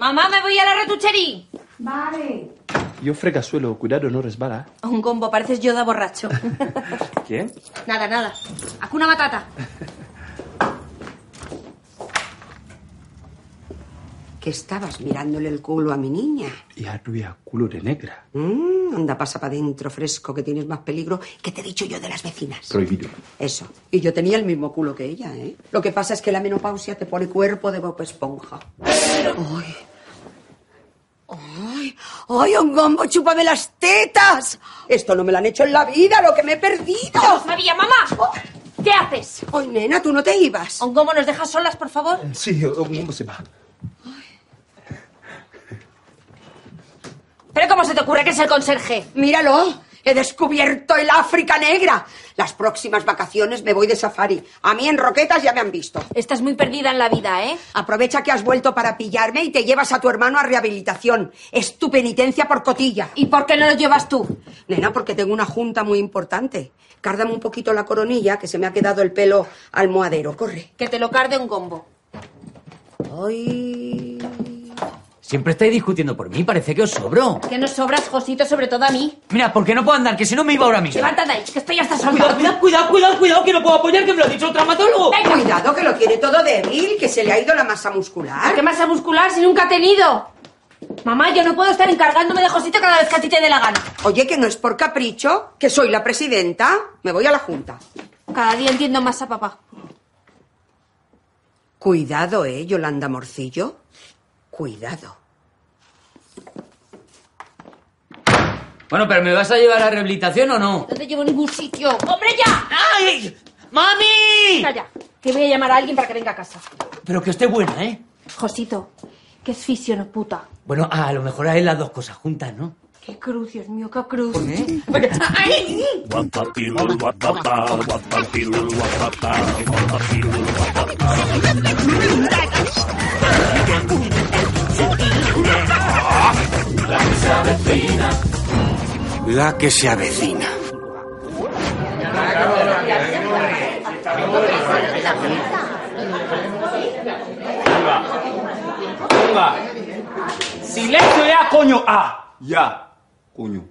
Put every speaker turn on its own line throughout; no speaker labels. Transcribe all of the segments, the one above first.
Mamá, me voy a la retuchería.
Vale.
Yo fregazuelo, cuidado, no resbala.
Un combo, pareces yo de borracho.
¿Qué?
nada, nada. Hakuna Matata.
Que estabas mirándole el culo a mi niña.
Y a culo de negra.
Mm, anda, pasa para adentro, fresco, que tienes más peligro que te he dicho yo de las vecinas.
Prohibido.
Eso. Y yo tenía el mismo culo que ella, ¿eh? Lo que pasa es que la menopausia te pone cuerpo de Bob Esponja. ¡Ay! ¡Ay! ¡Ay, un gombo, chúpame las tetas! Esto no me lo han hecho en la vida, lo que me he
¡No
perdido. Oh.
sabía, mamá! ¿Qué haces?
¡Ay, nena, tú no te ibas!
¿Un combo nos dejas solas, por favor?
Sí, ¿cómo se va?
¿Pero cómo se te ocurre que es el conserje?
Míralo. He descubierto el África negra. Las próximas vacaciones me voy de safari. A mí en Roquetas ya me han visto.
Estás muy perdida en la vida, ¿eh?
Aprovecha que has vuelto para pillarme y te llevas a tu hermano a rehabilitación. Es tu penitencia por cotilla.
¿Y por qué no lo llevas tú?
Nena, porque tengo una junta muy importante. Cárdame un poquito la coronilla, que se me ha quedado el pelo almohadero. Corre.
Que te lo carde un combo.
Ay.
Siempre estáis discutiendo por mí, parece que os sobro.
Que nos sobras, Josito, sobre todo a mí.
Mira, porque no puedo andar, que si no me iba ahora mismo.
Levanta de ahí, que estoy hasta
Cuidado,
soldado.
cuidado, cuidado, cuidado, cuidado, que no puedo apoyar, que me lo ha dicho el traumatólogo.
Cuidado, que lo tiene todo débil, que se le ha ido la masa muscular.
¿Qué masa muscular si nunca ha tenido? Mamá, yo no puedo estar encargándome de Josito cada vez que a ti te dé la gana.
Oye, que no es por capricho, que soy la presidenta. Me voy a la junta.
Cada día entiendo más a papá.
Cuidado, eh, Yolanda Morcillo. Cuidado.
Bueno, pero ¿me vas a llevar a rehabilitación o no?
No te llevo a ningún sitio. ¡Hombre, ya!
¡Ay! ¡Mami!
Calla, que voy a llamar a alguien para que venga a casa.
Pero que esté buena, ¿eh?
Josito, que es fisiono, puta.
Bueno, ah, a lo mejor hay las dos cosas juntas, ¿no?
Qué cruz, Dios mío, qué cruz.
¿Por qué?
¡Ay!
Guapapirul, guapapa, guapapirul, guapapa, guapapirul, guapapa.
La que se avecina.
Venga. Silencio ya, coño. Ah, ya. Coño.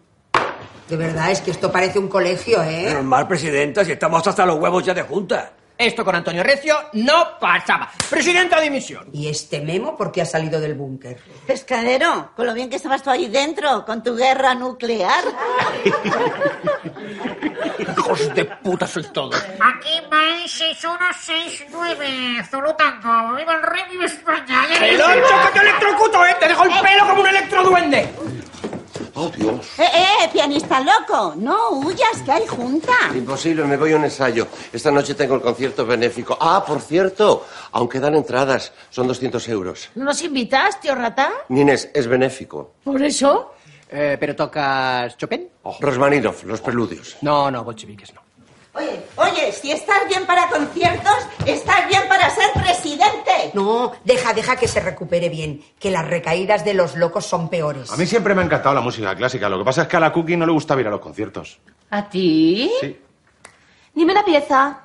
De verdad, es que esto parece un colegio, ¿eh?
Normal, presidenta, si estamos hasta los huevos ya de junta.
Esto con Antonio Recio no pasaba. Presidenta de dimisión.
¿Y este memo por qué ha salido del búnker?
Pescadero, con lo bien que estabas tú ahí dentro, con tu guerra nuclear.
Hijos de puta sois todos.
Aquí va 6169, Zolotango. ¡Viva el rey, viva España! ¡Ya
¡El
ves!
ocho que te electrocuto, eh! ¡Te dejo el pelo como un electroduende!
Eh, eh, pianista loco, no huyas, que hay junta.
Imposible, me voy a un ensayo. Esta noche tengo el concierto benéfico. Ah, por cierto, aunque dan entradas, son 200 euros.
¿No nos invitas, tío Rata?
Nines, es benéfico.
¿Por eso?
Eh, ¿Pero tocas Chopin?
Rosmaninov, los preludios.
Oh. No, no, bolcheviques no.
Oye, oye, si estás bien para conciertos, estás bien para ser presidente.
No, deja, deja que se recupere bien, que las recaídas de los locos son peores.
A mí siempre me ha encantado la música clásica. Lo que pasa es que a la Cookie no le gusta ir a los conciertos.
¿A ti?
Sí.
Dime la pieza.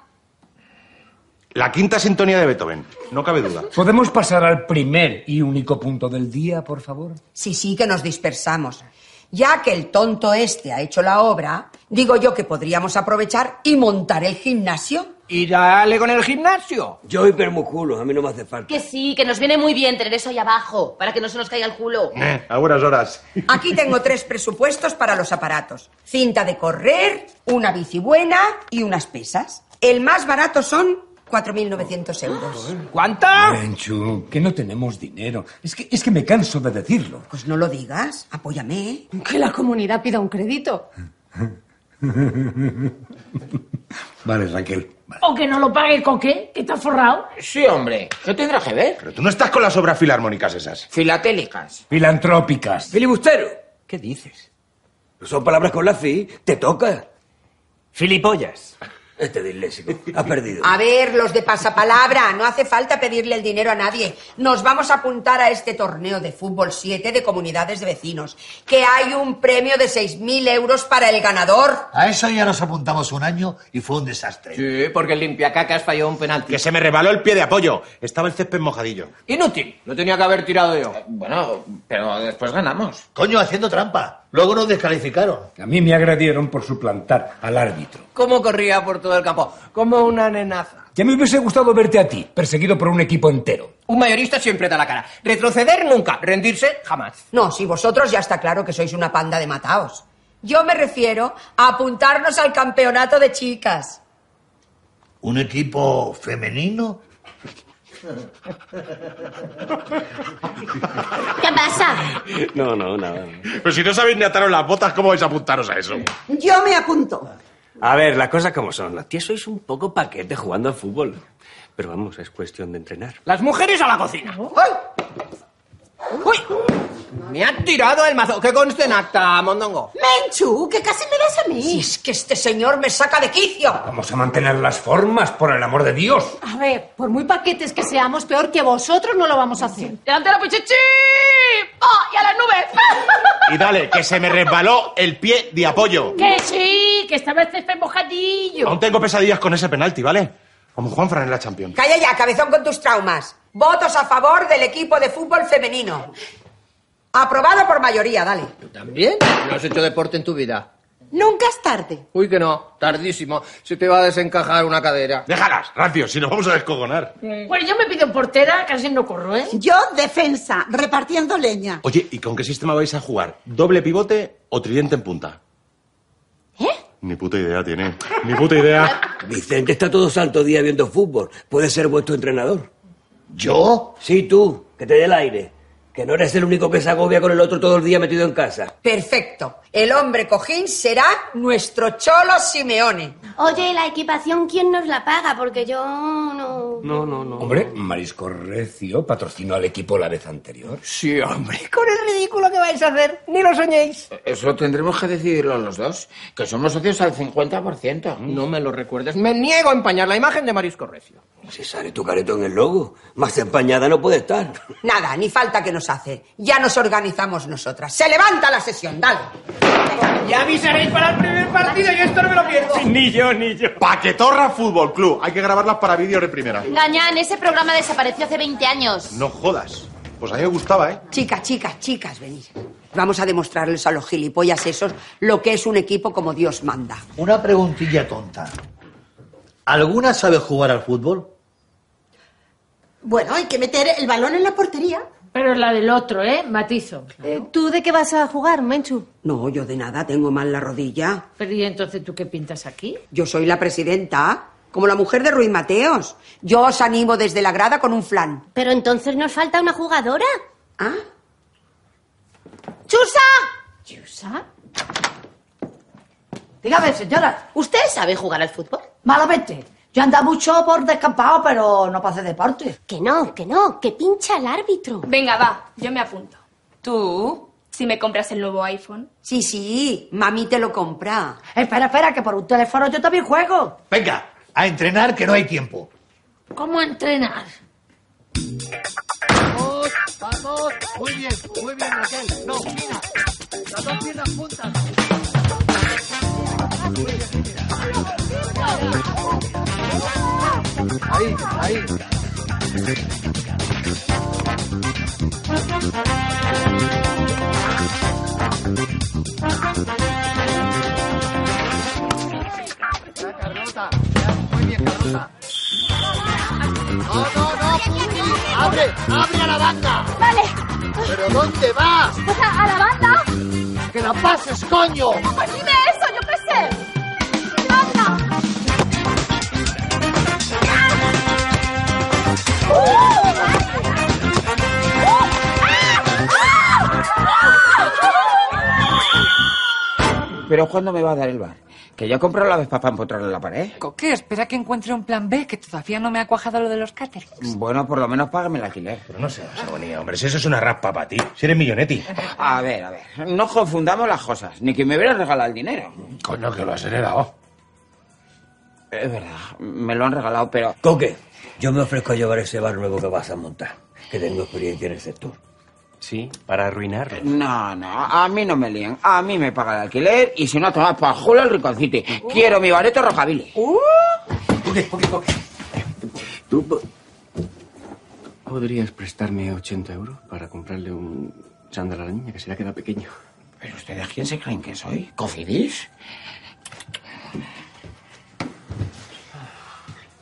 La quinta sintonía de Beethoven. No cabe duda.
¿Podemos pasar al primer y único punto del día, por favor?
Sí, sí, que nos dispersamos. Ya que el tonto este ha hecho la obra, digo yo que podríamos aprovechar y montar el gimnasio.
¿Y dale con el gimnasio?
Yo hipermusculo, a mí no me hace falta.
Que sí, que nos viene muy bien tener eso ahí abajo, para que no se nos caiga el culo.
Eh, a buenas horas.
Aquí tengo tres presupuestos para los aparatos. Cinta de correr, una bici buena y unas pesas. El más barato son 4.900 euros.
¿Cuánta?
Menchu, que no tenemos dinero. Es que, es que me canso de decirlo.
Pues no lo digas, apóyame.
Que la comunidad pida un crédito.
Vale, Raquel.
¿O que no lo pague el coque? ¿Que está forrado?
Sí, hombre. ¿Qué tendrás que ver?
Pero tú no estás con las obras filarmónicas esas.
Filatélicas.
Filantrópicas. Filibustero. ¿Qué dices? Son palabras con la fi. Te toca. Filipollas. Este disléxico. Ha perdido.
A ver, los de pasapalabra, no hace falta pedirle el dinero a nadie. Nos vamos a apuntar a este torneo de fútbol 7 de comunidades de vecinos, que hay un premio de 6.000 euros para el ganador.
A eso ya nos apuntamos un año y fue un desastre.
Sí, porque el limpiacacas falló un penalti.
Que se me rebaló el pie de apoyo. Estaba el césped mojadillo.
Inútil. Lo tenía que haber tirado yo. Eh, Bueno, pero después ganamos.
Coño, haciendo trampa. Luego nos descalificaron.
A mí me agredieron por suplantar al árbitro.
¿Cómo corría por todo el campo? Como una nenaza.
Ya me hubiese gustado verte a ti, perseguido por un equipo entero.
Un mayorista siempre da la cara. Retroceder nunca. Rendirse jamás.
No, si vosotros ya está claro que sois una panda de mataos. Yo me refiero a apuntarnos al campeonato de chicas.
Un equipo femenino.
¿Qué pasa?
No, no, nada. Pero si no sabéis ni ataros las botas, ¿cómo vais a apuntaros a eso?
Yo me apunto.
A ver, las cosas como son. Las tías sois un poco paquete jugando al fútbol. Pero vamos, es cuestión de entrenar.
Las mujeres a la cocina. ¡Uy! ¡Uy! Me ha tirado el mazo. ¿Qué conste en acta, Mondongo?
Menchu, que casi me das a mí.
Si es que este señor me saca de quicio.
Vamos a mantener las formas, por el amor de Dios.
A ver, por muy paquetes que seamos, peor que vosotros no lo vamos a hacer.
¡Delante la pichichi! ¡Oh, y a las nubes!
Y dale, que se me resbaló el pie de apoyo.
¡Que sí! ¡Que estaba el césped mojadillo!
Aún tengo pesadillas con ese penalti, ¿vale? Como Juanfran en la Champions.
Calla ya, cabezón con tus traumas. Votos a favor del equipo de fútbol femenino. Aprobado por mayoría, dale.
¿Tú también? ¿No has hecho deporte en tu vida?
Nunca es tarde.
Uy, que no. Tardísimo. Se te va a desencajar una cadera.
Déjalas, rancio, si nos vamos a descogonar.
Bueno, yo me pido portera, casi no corro, ¿eh?
Yo defensa, repartiendo leña.
Oye, ¿y con qué sistema vais a jugar? ¿Doble pivote o tridente en punta?
¿Eh?
Ni puta idea tiene. Ni puta idea.
Vicente está todo santo día viendo fútbol. Puede ser vuestro entrenador.
¿Yo?
Sí, tú. Que te dé el aire. Que no eres el único que se agobia con el otro todo el día metido en casa.
Perfecto. El hombre cojín será nuestro Cholo Simeone.
Oye, la equipación, ¿quién nos la paga? Porque yo no...
No, no, no. Hombre, Marisco Recio patrocinó al equipo la vez anterior.
Sí, hombre.
Con el ridículo que vais a hacer, ni lo soñéis.
Eso tendremos que decidirlo los dos, que somos socios al 50%. Mm. No me lo recuerdes. Me niego a empañar la imagen de Marisco Recio.
Si sale tu careto en el logo, más empañada no puede estar.
Nada, ni falta que nos hace. Ya nos organizamos nosotras. Se levanta la sesión, dale.
Ya avisaréis para el primer partido y esto no me lo pierdo.
Ni yo, ni yo. Paquetorra Fútbol Club. Hay que grabarlas para vídeo de primera.
Gañán, ese programa desapareció hace 20 años.
No jodas. Pues a mí me gustaba, ¿eh?
Chicas, chicas, chicas, venid. Vamos a demostrarles a los gilipollas esos lo que es un equipo como Dios manda.
Una preguntilla tonta. ¿Alguna sabe jugar al fútbol?
Bueno, hay que meter el balón en la portería.
Pero la del otro, ¿eh? Matizo.
¿Tú de qué vas a jugar, Menchu?
No, yo de nada, tengo mal la rodilla.
Pero ¿y entonces tú qué pintas aquí?
Yo soy la presidenta, como la mujer de Ruiz Mateos. Yo os animo desde la grada con un flan.
Pero entonces nos falta una jugadora.
¿Ah?
¡Chusa!
¿Yusa?
Dígame, señora, ¿ustedes saben jugar al fútbol?
Malamente.
Yo ando mucho por descampado, pero no pasé deporte.
Que no, que no, que pincha el árbitro.
Venga, va, yo me apunto. ¿Tú? Si me compras el nuevo iPhone.
Sí, sí, mami te lo compra.
Espera, espera, que por un teléfono yo también juego.
Venga, a entrenar que no hay tiempo.
¿Cómo entrenar?
Vamos, vamos. Muy bien, muy bien, Raquel. No, mira. Las dos piernas juntas. Muy bien, mira. Ahí, ahí. Ya, Carlota. Ya, Muy bien, Carlota. No, no, no, Puri. Abre, abre a la banda.
Vale,
¿Pero dónde vas?
pues a, a la banda.
¡Que la pases, coño!
Pues dime eso, yo qué sé. ¡Banda!
¿Pero cuándo me va a dar el bar? Que yo compro la vez para empotrarle la pared.
Coque, espera que encuentre un plan B, que todavía no me ha cuajado lo de los cáteres.
Bueno, por lo menos págame el alquiler. Pero
no seas agonía, hombre. Si eso es una raspa para ti. Si eres millonetti.
A ver, a ver. No confundamos las cosas. Ni que me hubieras regalado el dinero.
Coño, que lo has heredado.
Es verdad. Me lo han regalado, pero...
Coque, yo me ofrezco a llevar ese bar nuevo que vas a montar. Que tengo experiencia en el sector.
Sí, para arruinarlo.
No, no, a mí no me lían. A mí me paga el alquiler y si no, tomas pa' Julio el Riconcite. Quiero mi bareto rockabilly.
¿Tú po- podrías prestarme 80 euros para comprarle un chándal a la niña que se le ha quedado pequeño?
¿Pero ustedes quién se creen que soy? ¿Cofidis?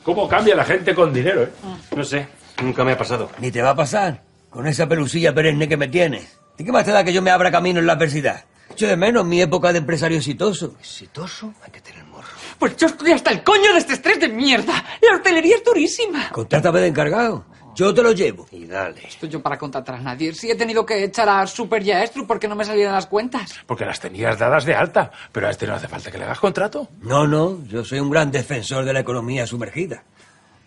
¿Cómo cambia la gente con dinero, eh?
No sé, nunca me ha pasado.
Ni te va a pasar. Con esa pelusilla perenne que me tienes. ¿Y qué más te da que yo me abra camino en la adversidad? Echo de menos mi época de empresario exitoso. ¿Exitoso?
Pues yo estoy hasta el coño de este estrés de mierda. La hostelería es durísima.
Contrátame de encargado. Yo te lo llevo. Y dale.
Estoy yo para contratar a nadie. Si he tenido que echar a Super y a Estru porque no me salían las cuentas.
Porque las tenías dadas de alta. Pero a este no hace falta que le hagas contrato.
No, no, yo soy un gran defensor de la economía sumergida.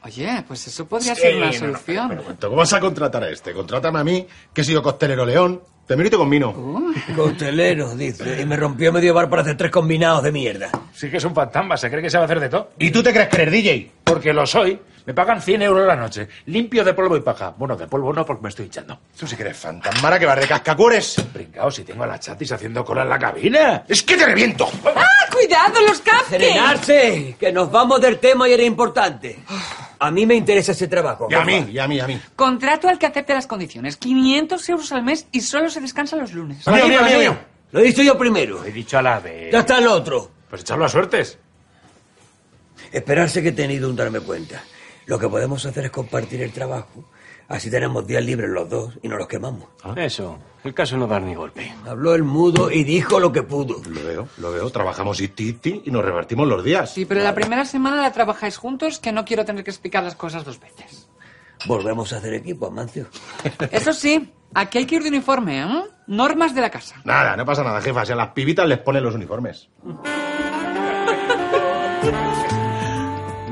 Oye, pues eso podría
Sí,
ser una
no, no,
solución.
¿Cómo vas a contratar a este? Contrátame a mí, que he sido costelero león. Te merito con vino.
Costelero, dice, y me rompió medio bar para hacer tres combinados de mierda.
Sí que es un fantasma, se cree que sabe hacer de todo. ¿Y tú te crees que eres DJ? Porque lo soy. Me pagan 100 euros la noche, limpio de polvo y paja. Bueno, de polvo no, porque me estoy hinchando. Tú sí que eres fantasmara que vas de cascacures. Brincao, si tengo a la chatis haciendo cola en la cabina. ¡Es que te reviento!
¡Ah, cuidado, los cupcakes!
¡Serenarse! Que nos vamos del tema y era importante. A mí me interesa ese trabajo.
Y a mí, y a mí, a mí.
Contrato al que acepte las condiciones. 500 euros al mes y solo se descansa los lunes.
Mío, mío, mío, mío. Lo he dicho yo primero. Lo he dicho a la vez. Ya está el otro.
Pues echarlo a suertes.
Esperarse que he tenido un darme cuenta. Lo que podemos hacer es compartir el trabajo. Así tenemos días libres los dos y no los quemamos.
Eso, el caso es no dar ni golpe.
Habló el mudo y dijo lo que pudo.
Lo veo, lo veo. Trabajamos y ti, ti, y nos repartimos los días.
Sí, pero la primera semana la trabajáis juntos, que no quiero tener que explicar las cosas dos veces.
Volvemos a hacer equipo, Amancio.
Eso sí, aquí hay que ir de uniforme, ¿eh? Normas de la casa.
Nada, no pasa nada, jefa. Si a las pibitas les ponen los uniformes.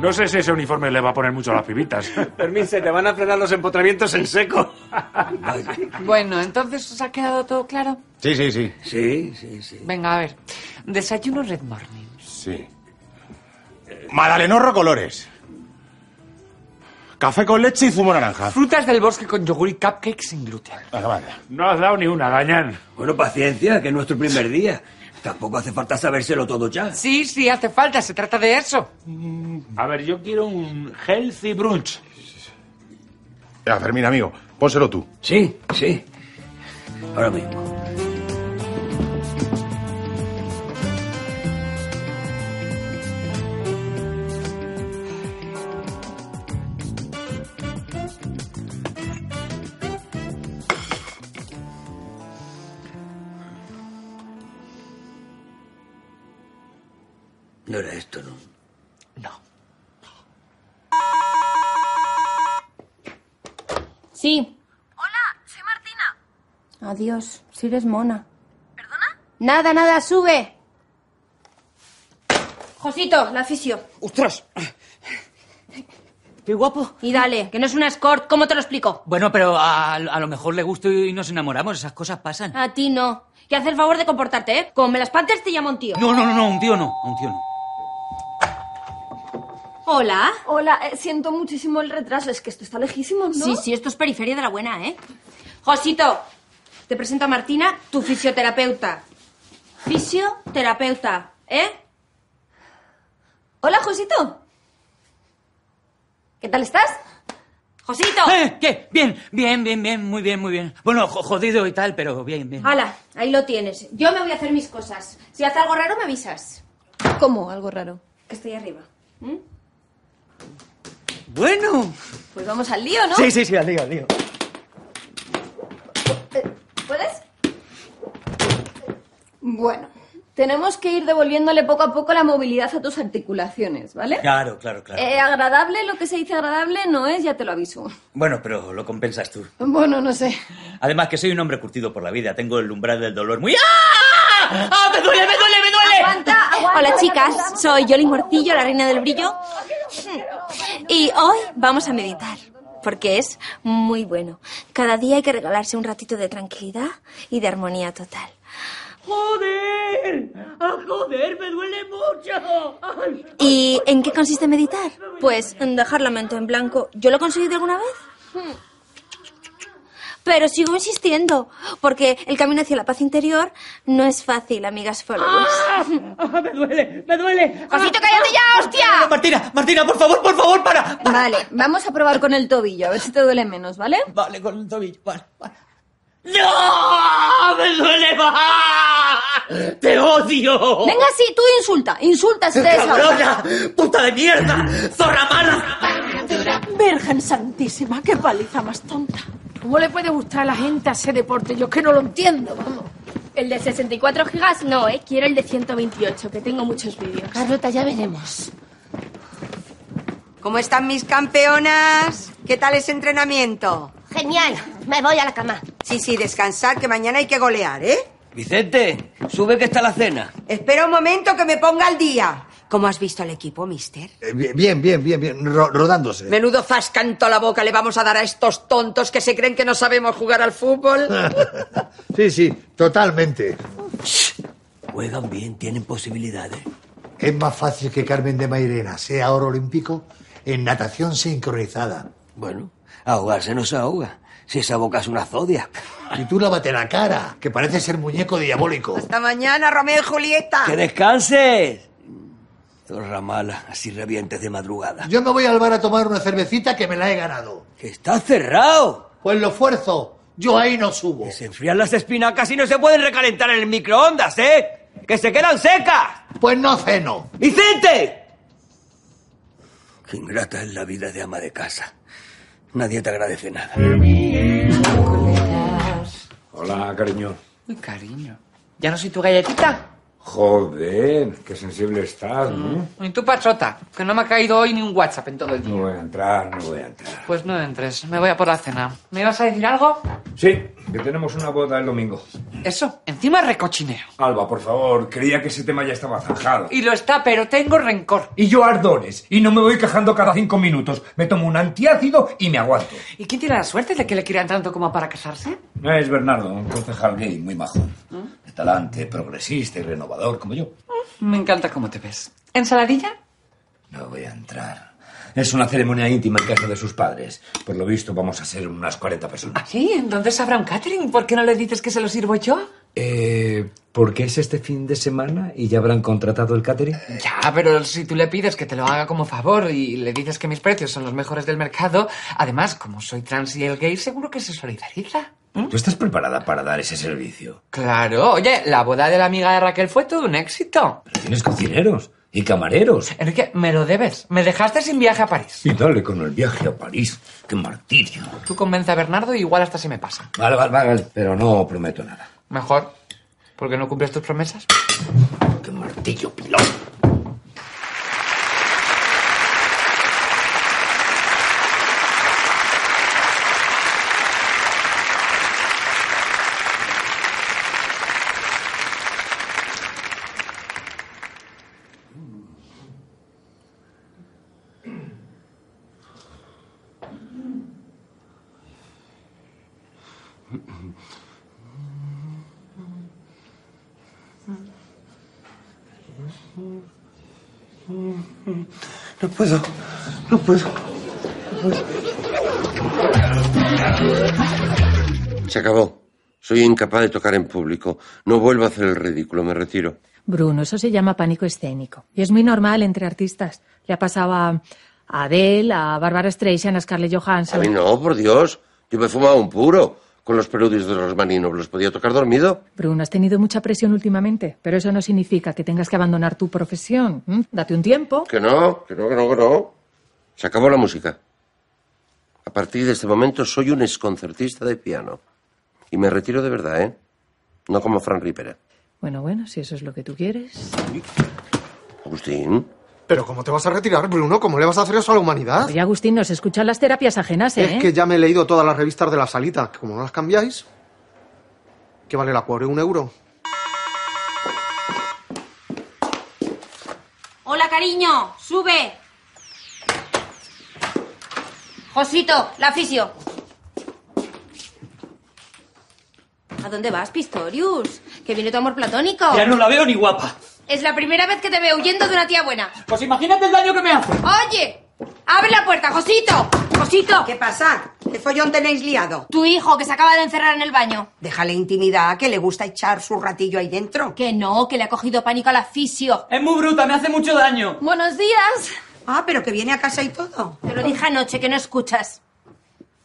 No sé si ese uniforme le va a poner mucho a las pibitas.
Permise, te van a frenar los empotramientos en seco.
Bueno, entonces os ha quedado todo claro.
Sí, sí, sí.
Sí, sí, sí.
Venga, a ver. Desayuno Red Morning.
Sí. Madalenorro colores. Café con leche y zumo naranja.
Frutas del bosque con yogur y cupcakes sin gluten.
No has dado ni una, Gañán.
Bueno, paciencia, que es nuestro primer día. Tampoco hace falta sabérselo todo ya.
Sí, sí, hace falta, se trata de eso.
A ver, yo quiero un healthy brunch.
Ya, Fermín, amigo, pónselo tú.
Sí, sí. Ahora mismo. No era esto, ¿no?
Sí.
Hola, soy Martina.
Adiós, si eres mona. ¿Perdona? Nada, nada, sube. Josito, la fisio.
¡Ostras! ¡Qué guapo!
Y dale, que no es una escort, ¿cómo te lo explico?
Bueno, pero a, a lo mejor le gusto y nos enamoramos, esas cosas pasan.
A ti no. Que haz el favor de comportarte, ¿eh? Como me las pantas te llamo un tío.
No, no, no, no, un tío no, a un tío no.
Hola.
Hola, eh, siento muchísimo el retraso, es que esto está lejísimo, ¿no?
Sí, sí, esto es periferia de la buena, ¿eh? Josito, te presento a Martina, tu fisioterapeuta. Fisioterapeuta, ¿eh? Hola, Josito. ¿Qué tal estás? Josito.
Eh, ¿Qué? Bien, bien, bien, bien, muy bien, muy bien. Bueno, jo- jodido y tal, pero bien, bien.
Hala, ahí lo tienes. Yo me voy a hacer mis cosas. Si hace algo raro, me avisas.
¿Cómo? Algo raro.
Que estoy arriba.
Bueno.
Pues vamos al lío, ¿no?
Sí, sí, sí, al lío, al lío.
¿Puedes? Bueno, tenemos que ir devolviéndole poco a poco la movilidad a tus articulaciones, ¿vale?
Claro, claro, claro.
Eh, agradable, lo que se dice agradable no es, ya te lo aviso.
Bueno, pero lo compensas tú.
Bueno, no sé.
Además que soy un hombre curtido por la vida, tengo el umbral del dolor muy... ¡Ah! ¡Ah, me ¡Ah, duele, me duele, me duele!
Aguanta, Hola chicas, soy Yoli Morcillo, la reina del brillo. Y hoy vamos a meditar, porque es muy bueno. Cada día hay que regalarse un ratito de tranquilidad y de armonía total.
¡Joder! ¡Ah, joder! ¡Me duele mucho! Ay.
¿Y en qué consiste meditar? Pues en dejar la mente en blanco. ¿Yo lo he conseguido alguna vez? Hmm. Pero sigo insistiendo, porque el camino hacia la paz interior no es fácil, amigas followers.
Ah.
¡Ah! pues. ¡Me duele! ¡Me duele! ¡Ah!
Josito, cállate ya, hostia!
Martina, Martina, por favor, por favor, para.
Vale, vamos a probar con el tobillo, a ver si te duele menos, ¿vale?
Vale, con el tobillo, para.
¡No! ¡Ah, ¡Me duele más! ¡Te odio!
Oh. Venga, sí, tú insulta, insulta, si te
¡Cabrona!
desahogas.
¡Puta de mierda! ¡Zorra mala!
Virgen Santísima, qué paliza más tonta. ¿Cómo le puede gustar a la gente hacer deporte? Yo es que no lo entiendo, vamos.
El de 64 gigas no, ¿eh? Quiero el de 128, que tengo muchos vídeos.
Carlota, ya veremos. ¿Cómo están mis campeonas? ¿Qué tal ese entrenamiento? Genial, me voy a la cama. Sí, sí, descansar, que mañana hay que golear, ¿eh?
Vicente, sube que está la cena.
Espera un momento que me ponga al día. ¿Cómo has visto al equipo, mister?
Eh, Bien, bien, bien, bien, ro- rodándose.
Menudo zascanto a la boca le vamos a dar a estos tontos que se creen que no sabemos jugar al fútbol.
Sí, sí, totalmente.
Juegan bien, tienen posibilidades.
Es más fácil que Carmen de Mairena sea oro olímpico en natación sincronizada.
Bueno, ahogarse no se ahoga. Si esa boca es una zodia.
Y tú lávate la cara, que parece ser muñeco diabólico.
Hasta mañana, Romeo y Julieta.
¡Que descanses! Zorra mala, así revientes de madrugada.
Yo me voy al bar a tomar una cervecita que me la he ganado.
¡Que está cerrado!
Pues lo fuerzo. Yo ahí no subo.
Se enfrían las espinacas y no se pueden recalentar en el microondas, ¿eh? ¡Que se quedan secas!
Pues no ceno.
¡Vicente! Qué ingrata es la vida de ama de casa. Nadie te agradece nada.
Hola, cariño.
Uy, cariño. ¿Ya no soy tu galletita?
Joder, qué sensible estás, ¿no?
Ni tu pachota, que no me ha caído hoy ni un WhatsApp en todo el
No
día.
voy a entrar, no voy a entrar.
Pues no entres, me voy a por la cena. ¿Me ibas a decir algo?
Sí, que tenemos una boda el domingo.
Eso, encima recochineo.
Alba, por favor, creía que ese tema ya estaba zanjado.
Y lo está, pero tengo rencor.
Y yo ardones, y no me voy quejando cada cinco minutos. Me tomo un antiácido y me aguanto.
¿Y quién tiene la suerte de que le quieran tanto como para casarse? ¿Mm?
Es Bernardo, un concejal gay muy majo. De talante, progresista y renovador como yo.
Mm, Me encanta cómo te ves. ¿Ensaladilla?
No voy a entrar. Es una ceremonia íntima en casa de sus padres. Por lo visto vamos a ser unas 40 personas.
Sí, entonces habrá un catering. ¿Por qué no le dices que se lo sirvo yo?
Eh, porque es este fin de semana y ya habrán contratado el catering.
Ya, Ah, pero si tú le pides que te lo haga como favor y le dices que mis precios son los mejores del mercado, además, como soy trans y el gay, seguro que se solidariza.
¿Tú estás preparada para dar ese servicio?
Claro, oye, la boda de la amiga de Raquel fue todo un éxito.
Tienes cocineros y camareros.
Enrique, me lo debes. Me dejaste sin viaje a París.
Y dale con el viaje a París. ¡Qué martirio!
Tú convence a Bernardo y igual hasta se me pasa.
Vale, vale, vale, pero no prometo nada.
Mejor, porque no cumples tus promesas.
¡Qué martillo pilón!
No puedo, no puedo.
Se acabó. Soy incapaz de tocar en público. No vuelvo a hacer el ridículo, me retiro.
Bruno, eso se llama pánico escénico. Y es muy normal entre artistas. Le ha pasado a a Adele, a Barbara Streisand, a
A
Scarlett
mí
Johansson.
no, por Dios. Yo me fumaba un puro. Con los preludios de Rosmanino, ¿los podía tocar dormido?
Bruno, has tenido mucha presión últimamente, pero eso no significa que tengas que abandonar tu profesión. ¿m? Date un tiempo.
Que no, que no, que no, que no. Se acabó la música. A partir de este momento soy un exconcertista de piano. Y me retiro de verdad, ¿eh? No como Fran Ripera.
Bueno, bueno, si eso es lo que tú quieres.
Agustín.
Pero ¿cómo te vas a retirar, Bruno? ¿Cómo le vas a hacer eso a la humanidad?
Oye, Agustín, nos escuchan las terapias ajenas, ¿eh?
Es que ya me he leído todas las revistas de la salita. que Como no las cambiáis, ¿qué vale la cuore? ¿Un euro?
cariño. Sube. Josito, la fisio. ¿A dónde vas, Pistorius? Que viene tu amor platónico.
Ya no la veo ni guapa.
Es la primera vez que te veo huyendo de una tía buena.
Pues imagínate el daño que me hace.
Oye, abre la puerta, Josito. Josito.
¿Qué pasa? ¿Qué follón tenéis liado?
Tu hijo, que se acaba de encerrar en el baño.
Déjale intimidad, que le gusta echar su ratillo ahí dentro.
Que no, que le ha cogido pánico a la fisio.
Es muy bruta, me hace mucho daño.
Buenos días.
Ah, pero que viene a casa y todo.
Te lo dije anoche, que no escuchas.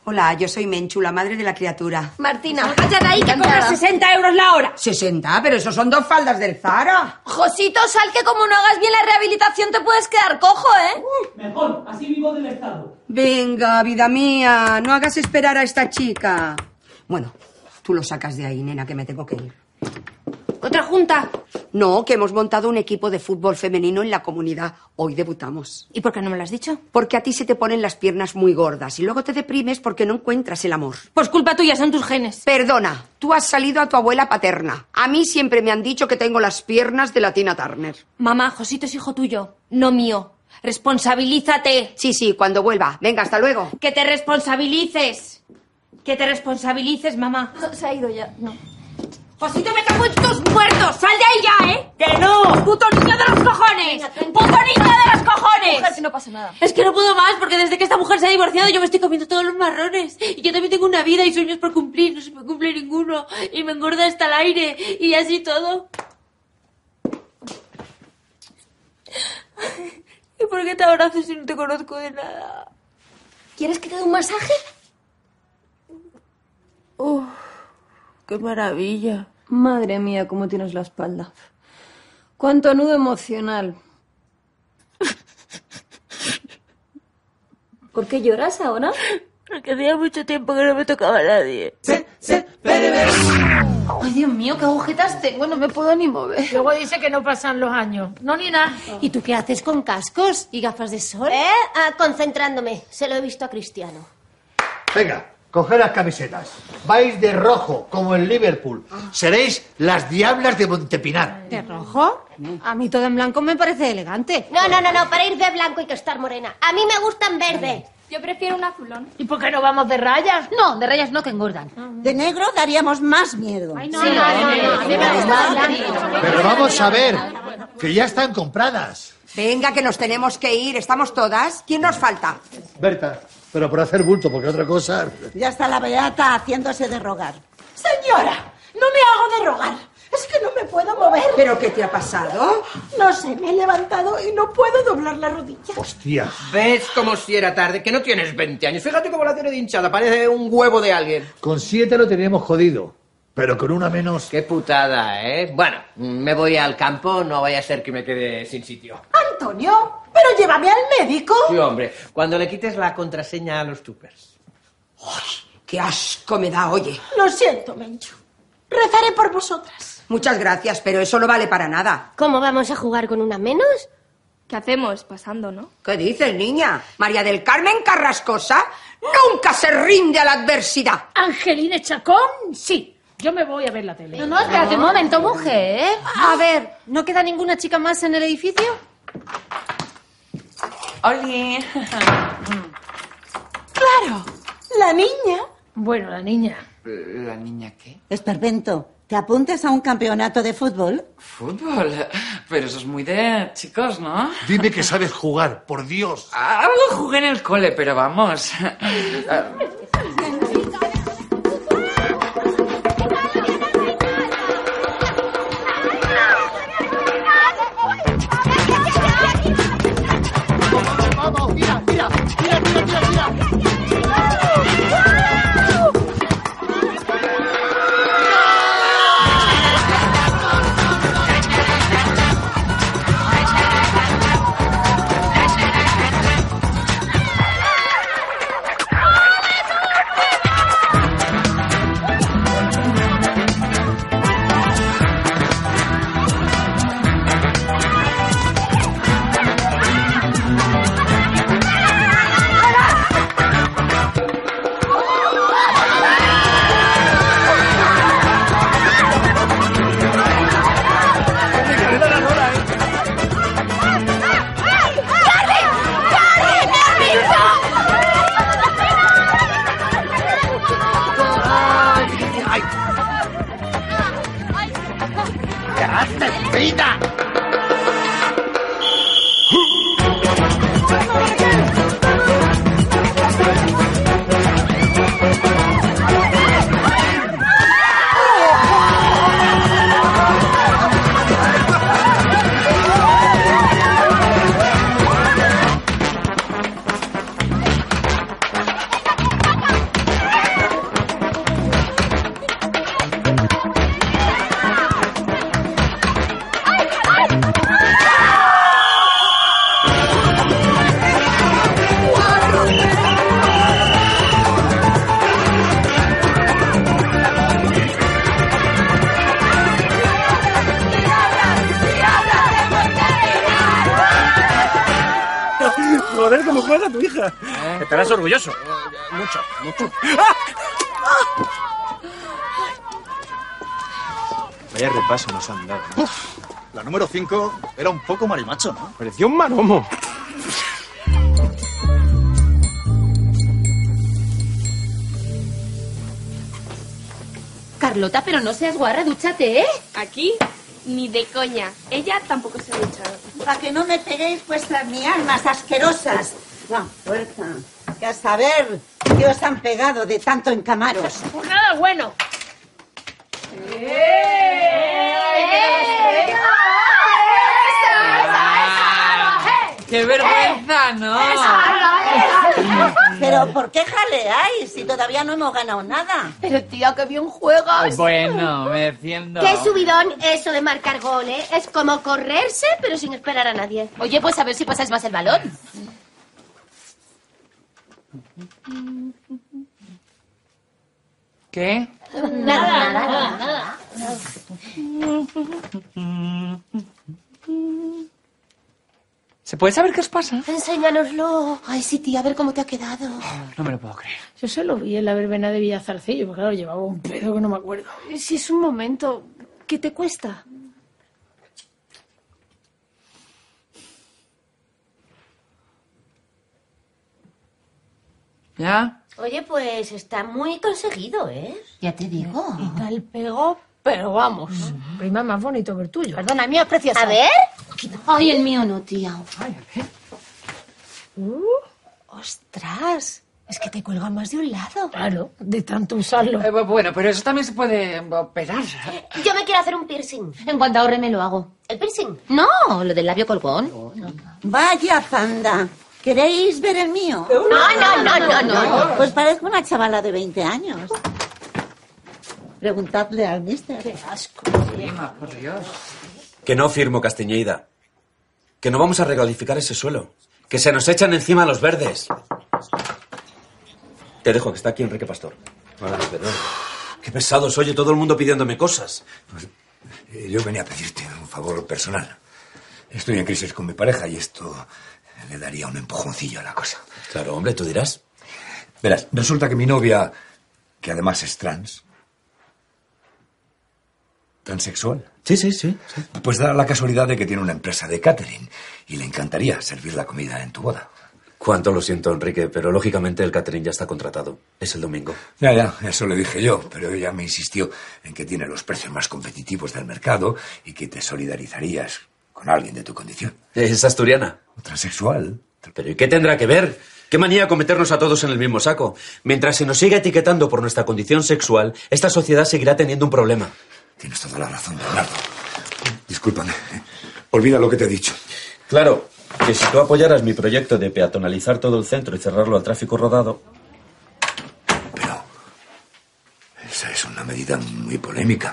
Hola, yo soy Menchu, la madre de la criatura.
Martina, cállate ahí, que cobras 60 euros la hora.
60, pero eso son dos faldas del Zara.
Josito, sal que como no hagas bien la rehabilitación te puedes quedar cojo, ¿eh?
Mejor, así vivo del Estado.
Venga, vida mía, no hagas esperar a esta chica. Bueno, tú lo sacas de ahí, nena, que me tengo que ir.
¿Otra junta?
No, que hemos montado un equipo de fútbol femenino en la comunidad. Hoy debutamos.
¿Y por qué no me lo has dicho?
Porque a ti se te ponen las piernas muy gordas y luego te deprimes porque no encuentras el amor.
Pues culpa tuya, son tus genes.
Perdona, tú has salido a tu abuela paterna. A mí siempre me han dicho que tengo las piernas de la Tina Turner.
Mamá, Josito es hijo tuyo, no mío. Responsabilízate.
Sí, sí, cuando vuelva. Venga, hasta luego.
Que te responsabilices. Que te responsabilices, mamá.
Se ha ido ya, no.
Josito, me cago en tus muertos. Sal de ahí ya, ¿eh?
¡Que no!
¡Puto niño de los cojones! ¡Puto niño de los cojones!
Mujer, que no pasa nada.
Es que no puedo más porque desde que esta mujer se ha divorciado yo me estoy comiendo todos los marrones. Y yo también tengo una vida y sueños por cumplir. No se me cumple ninguno. Y me engorda hasta el aire. Y así todo. ¿Y por qué te abrazo si no te conozco de nada?
¿Quieres que te dé un masaje?
Uf, ¡Qué maravilla!
Madre mía, cómo tienes la espalda. Cuánto nudo emocional. ¿Por qué lloras ahora?
Porque hacía mucho tiempo que no me tocaba a nadie.
Ay, Dios mío, qué agujetas tengo, no me puedo ni mover.
Luego dice que no pasan los años. No, ni nada.
¿Y tú qué haces con cascos y gafas de sol?
¿Eh? Ah, concentrándome. Se lo he visto a Cristiano.
Venga, coged las camisetas. Vais de rojo, como en Liverpool. Seréis las diablas de Montepinar.
¿De rojo? A mí todo en blanco me parece elegante.
No, no, no, no. Para ir de blanco hay que estar morena. A mí me gustan verdes.
Yo prefiero un azulón.
¿Y por qué no vamos de rayas?
No, de rayas no, que engordan.
Ah.
De negro daríamos más miedo.
Ay, no, no, no, no, a mí me gusta blanco.
Pero vamos a ver, que ya están compradas.
Venga, que nos tenemos que ir. ¿Estamos todas? ¿Quién nos falta?
Berta, pero por hacer bulto, porque otra cosa...
Ya está la beata haciéndose de rogar.
Señora, no me hago de rogar. Es que no me puedo mover.
¿Pero qué te ha pasado?
No sé, me he levantado y no puedo doblar la rodilla.
Hostia.
¿Ves como si era tarde? Que no tienes 20 años. Fíjate cómo la tiene de hinchada. Parece un huevo de alguien.
Con siete lo teníamos jodido, pero con una menos...
Qué putada, ¿eh? Bueno, me voy al campo. No vaya a ser que me quede sin sitio.
Antonio, pero llévame al médico.
Sí, hombre. Cuando le quites la contraseña a los tupers.
Ay, ¡Qué asco me da, oye!
Lo siento, Menchu. Rezaré por vosotras.
Muchas gracias, pero eso no vale para nada.
¿Cómo vamos a jugar con una menos?
¿Qué hacemos? Pasando, ¿no?
¿Qué dices, niña? María del Carmen Carrascosa nunca se rinde a la adversidad.
Angeline Chacón, sí. Yo me voy a ver la tele.
No, no, espérate un momento, mujer. A ver, ¿no queda ninguna chica más en el edificio?
Oli.
Claro, la niña. Bueno, la niña.
¿La niña qué?
Esperpento, ¿te apuntas a un campeonato de fútbol?
Fútbol. Pero eso es muy de chicos, ¿no?
Dime que sabes jugar, por Dios.
Algo jugué en el cole, pero vamos. Ah,
Vamos, mira, mira, mira, mira, mira, mira.
¡Grita!
Joder, cómo juega tu hija. Estarás orgulloso. Mucho, mucho.
Vaya repaso nos han dado. La número 5 era un poco marimacho, ¿no?
Pareció un manomo.
Carlota, pero no seas guarra, dúchate, ¿eh?
Aquí, ni de coña. Ella tampoco se ha duchado.
Para que no me peguéis pues, vuestras mi almas asquerosas. La fuerza. Que a saber qué os han pegado de tanto encamaros.
Pues nada bueno.
¡Eh!
Eh.
¡Qué
Eh,
vergüenza, no!
Pero ¿por qué jaleáis si todavía no hemos ganado nada?
Pero tía, que bien juegas.
Bueno, me defiendo.
Qué subidón eso de marcar gol, ¿eh? Es como correrse, pero sin esperar a nadie. Oye, pues a ver si pasáis más el balón.
¿Qué?
Nada, nada, nada.
¿Se puede saber qué os pasa?
Enséñanoslo. Ay, sí, tía, a ver cómo te ha quedado.
No me lo puedo creer.
Yo se lo vi en la verbena de Villazarcillo, porque claro, llevaba un pedo que no me acuerdo.
Si Eh, es un momento, ¿qué te cuesta?
¿Ya?
Oye, pues está muy conseguido, ¿eh?
Ya te digo. Y tal pegó, pero vamos. Mm. Prima, más bonito que el tuyo.
Perdona, mío es precioso. A ver. Ay, el mío no, tía. Ay, a ver. Uh, ostras. Es que te cuelga más de un lado.
Claro, de tanto usarlo.
Eh, bu- bueno, pero eso también se puede operar.
Yo me quiero hacer un piercing. En cuanto ahorre me lo hago. ¿El piercing? No, lo del labio colgón.
Vaya panda. ¿Queréis ver el mío?
No, no, no, no, no.
Pues parezco una chavala de 20 años. Preguntadle al mister. Qué asco.
Prima, Ah, por Dios.
Que no firmo, Castiñeida. Que no vamos a regalificar ese suelo. Que se nos echan encima los verdes. Te dejo, que está aquí Enrique Pastor.
perdón.
Qué pesados, oye, todo el mundo pidiéndome cosas.
Eh, Yo venía a pedirte un favor personal. Estoy en crisis con mi pareja y esto le daría un empujoncillo a la cosa.
Claro, hombre, tú dirás.
Verás, resulta que mi novia, que además es trans, transexual.
Sí, sí, sí.
Pues da la casualidad de que tiene una empresa de catering y le encantaría servir la comida en tu boda.
Cuánto lo siento, Enrique, pero lógicamente el catering ya está contratado. Es el domingo.
Ya, ya, eso le dije yo, pero ella me insistió en que tiene los precios más competitivos del mercado y que te solidarizarías con alguien de tu condición.
Es asturiana.
Transexual.
Pero ¿y qué tendrá que ver? ¿Qué manía con meternos a todos en el mismo saco? Mientras se nos siga etiquetando por nuestra condición sexual, esta sociedad seguirá teniendo un problema.
Tienes toda la razón, Leonardo. Discúlpame. Olvida lo que te he dicho.
Claro, que si tú apoyaras mi proyecto de peatonalizar todo el centro y cerrarlo al tráfico rodado,
Esa es una medida muy polémica.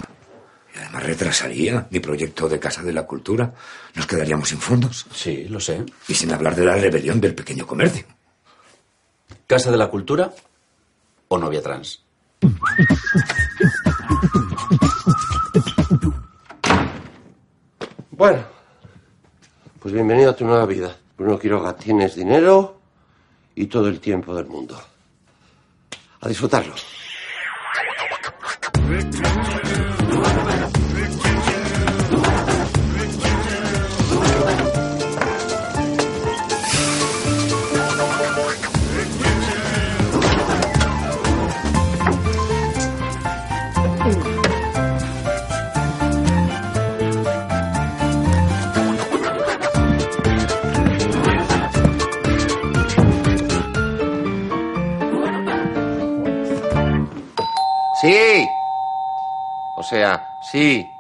Y además retrasaría mi proyecto de Casa de la Cultura. Nos quedaríamos sin fondos.
Sí, lo sé.
Y sin hablar de la rebelión del pequeño comercio.
Casa de la Cultura o novia trans.
Bueno, pues bienvenido a tu nueva vida. Pues Bruno Quiroga, tienes dinero y todo el tiempo del mundo. A disfrutarlo. Sí. O sea, sí.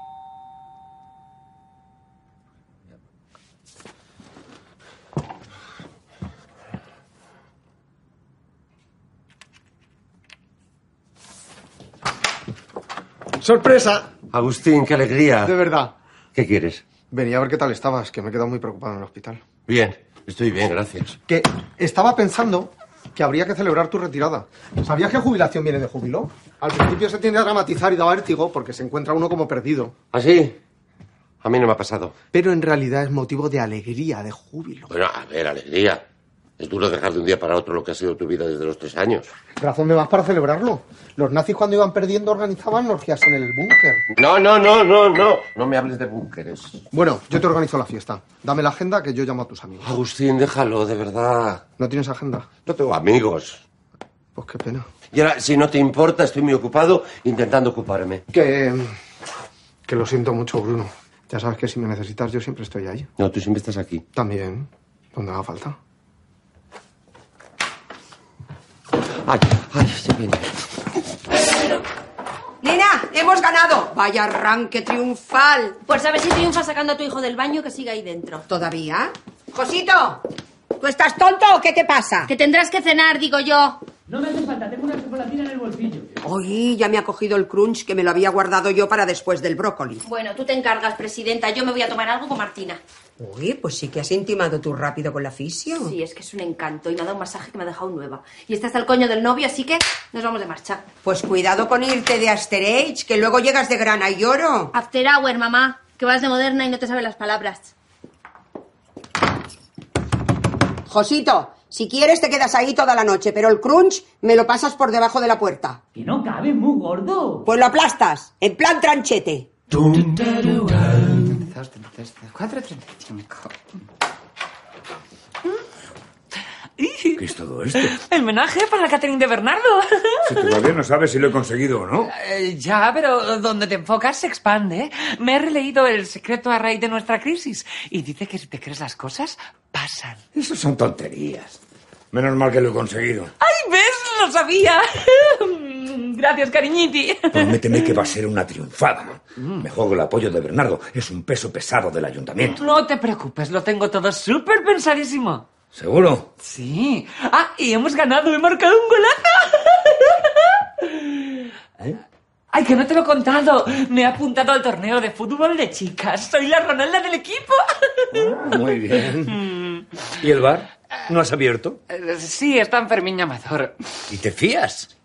¡Sorpresa!
Agustín, qué alegría.
De verdad.
¿Qué quieres?
Venía a ver qué tal estabas, que me he quedado muy preocupado en el hospital.
Bien, estoy bien, gracias.
Que estaba pensando que habría que celebrar tu retirada. ¿Sabías que jubilación viene de júbilo? Al principio se tiende a dramatizar y da vértigo porque se encuentra uno como perdido.
¿Así? A mí no me ha pasado.
Pero en realidad es motivo de alegría, de júbilo.
Bueno, a ver, alegría. Es duro dejar de un día para otro lo que ha sido tu vida desde los tres años.
Razón de más para celebrarlo. Los nazis cuando iban perdiendo organizaban orgías en el búnker.
No, no, no, no, no. No me hables de búnkeres.
Bueno, yo te organizo la fiesta. Dame la agenda que yo llamo a tus amigos.
Agustín, déjalo, de verdad.
¿No tienes agenda?
No tengo amigos.
Pues qué pena.
Y ahora, si no te importa, estoy muy ocupado intentando ocuparme.
Que... Que lo siento mucho, Bruno. Ya sabes que si me necesitas yo siempre estoy ahí.
No, tú siempre estás aquí.
También, donde haga falta.
Ay, ay, se viene.
Nena, hemos ganado. Vaya arranque triunfal.
Pues a ver si triunfa sacando a tu hijo del baño que siga ahí dentro.
¿Todavía? Josito, ¿tú estás tonto o qué te pasa?
Que tendrás que cenar, digo yo.
No me hace falta, tengo una chocolatina en el bolsillo.
Hoy ya me ha cogido el crunch que me lo había guardado yo para después del brócoli.
Bueno, tú te encargas, presidenta. Yo me voy a tomar algo con Martina.
Uy, pues sí que has intimado tú rápido con la fisio.
Sí, es que es un encanto y me ha dado un masaje que me ha dejado nueva. Y está hasta el coño del novio, así que nos vamos de marcha.
Pues cuidado con irte de After Age, que luego llegas de grana y oro.
After hour, mamá. Que vas de moderna y no te sabes las palabras.
Josito, si quieres te quedas ahí toda la noche, pero el crunch me lo pasas por debajo de la puerta.
Que no cabe, muy gordo.
Pues lo aplastas, en plan tranchete.
32, 33, 34, 35.
¿Qué es todo esto?
El homenaje para la Catherine de Bernardo.
Si todavía no sabes si lo he conseguido o no.
Eh, ya, pero donde te enfocas se expande. ¿eh? Me he releído El secreto a raíz de nuestra crisis y dice que si te crees las cosas, pasan.
Eso son tonterías. Menos mal que lo he conseguido.
¡Ay, ves! ¡Lo sabía! Gracias, cariñiti.
Prométeme que va a ser una triunfada.
Mm,
Me juego el apoyo de Bernardo. Es un peso pesado del ayuntamiento.
No te preocupes, lo tengo todo súper pensadísimo.
¿Seguro?
Sí. Ah, y hemos ganado, he marcado un golazo. Ay, que no te lo he contado. Me he apuntado al torneo de fútbol de chicas. Soy la Ronalda del equipo.
Muy bien. ¿Y el bar? ¿No has abierto?
Eh, Sí, está Fermín Amador.
¿Y te fías?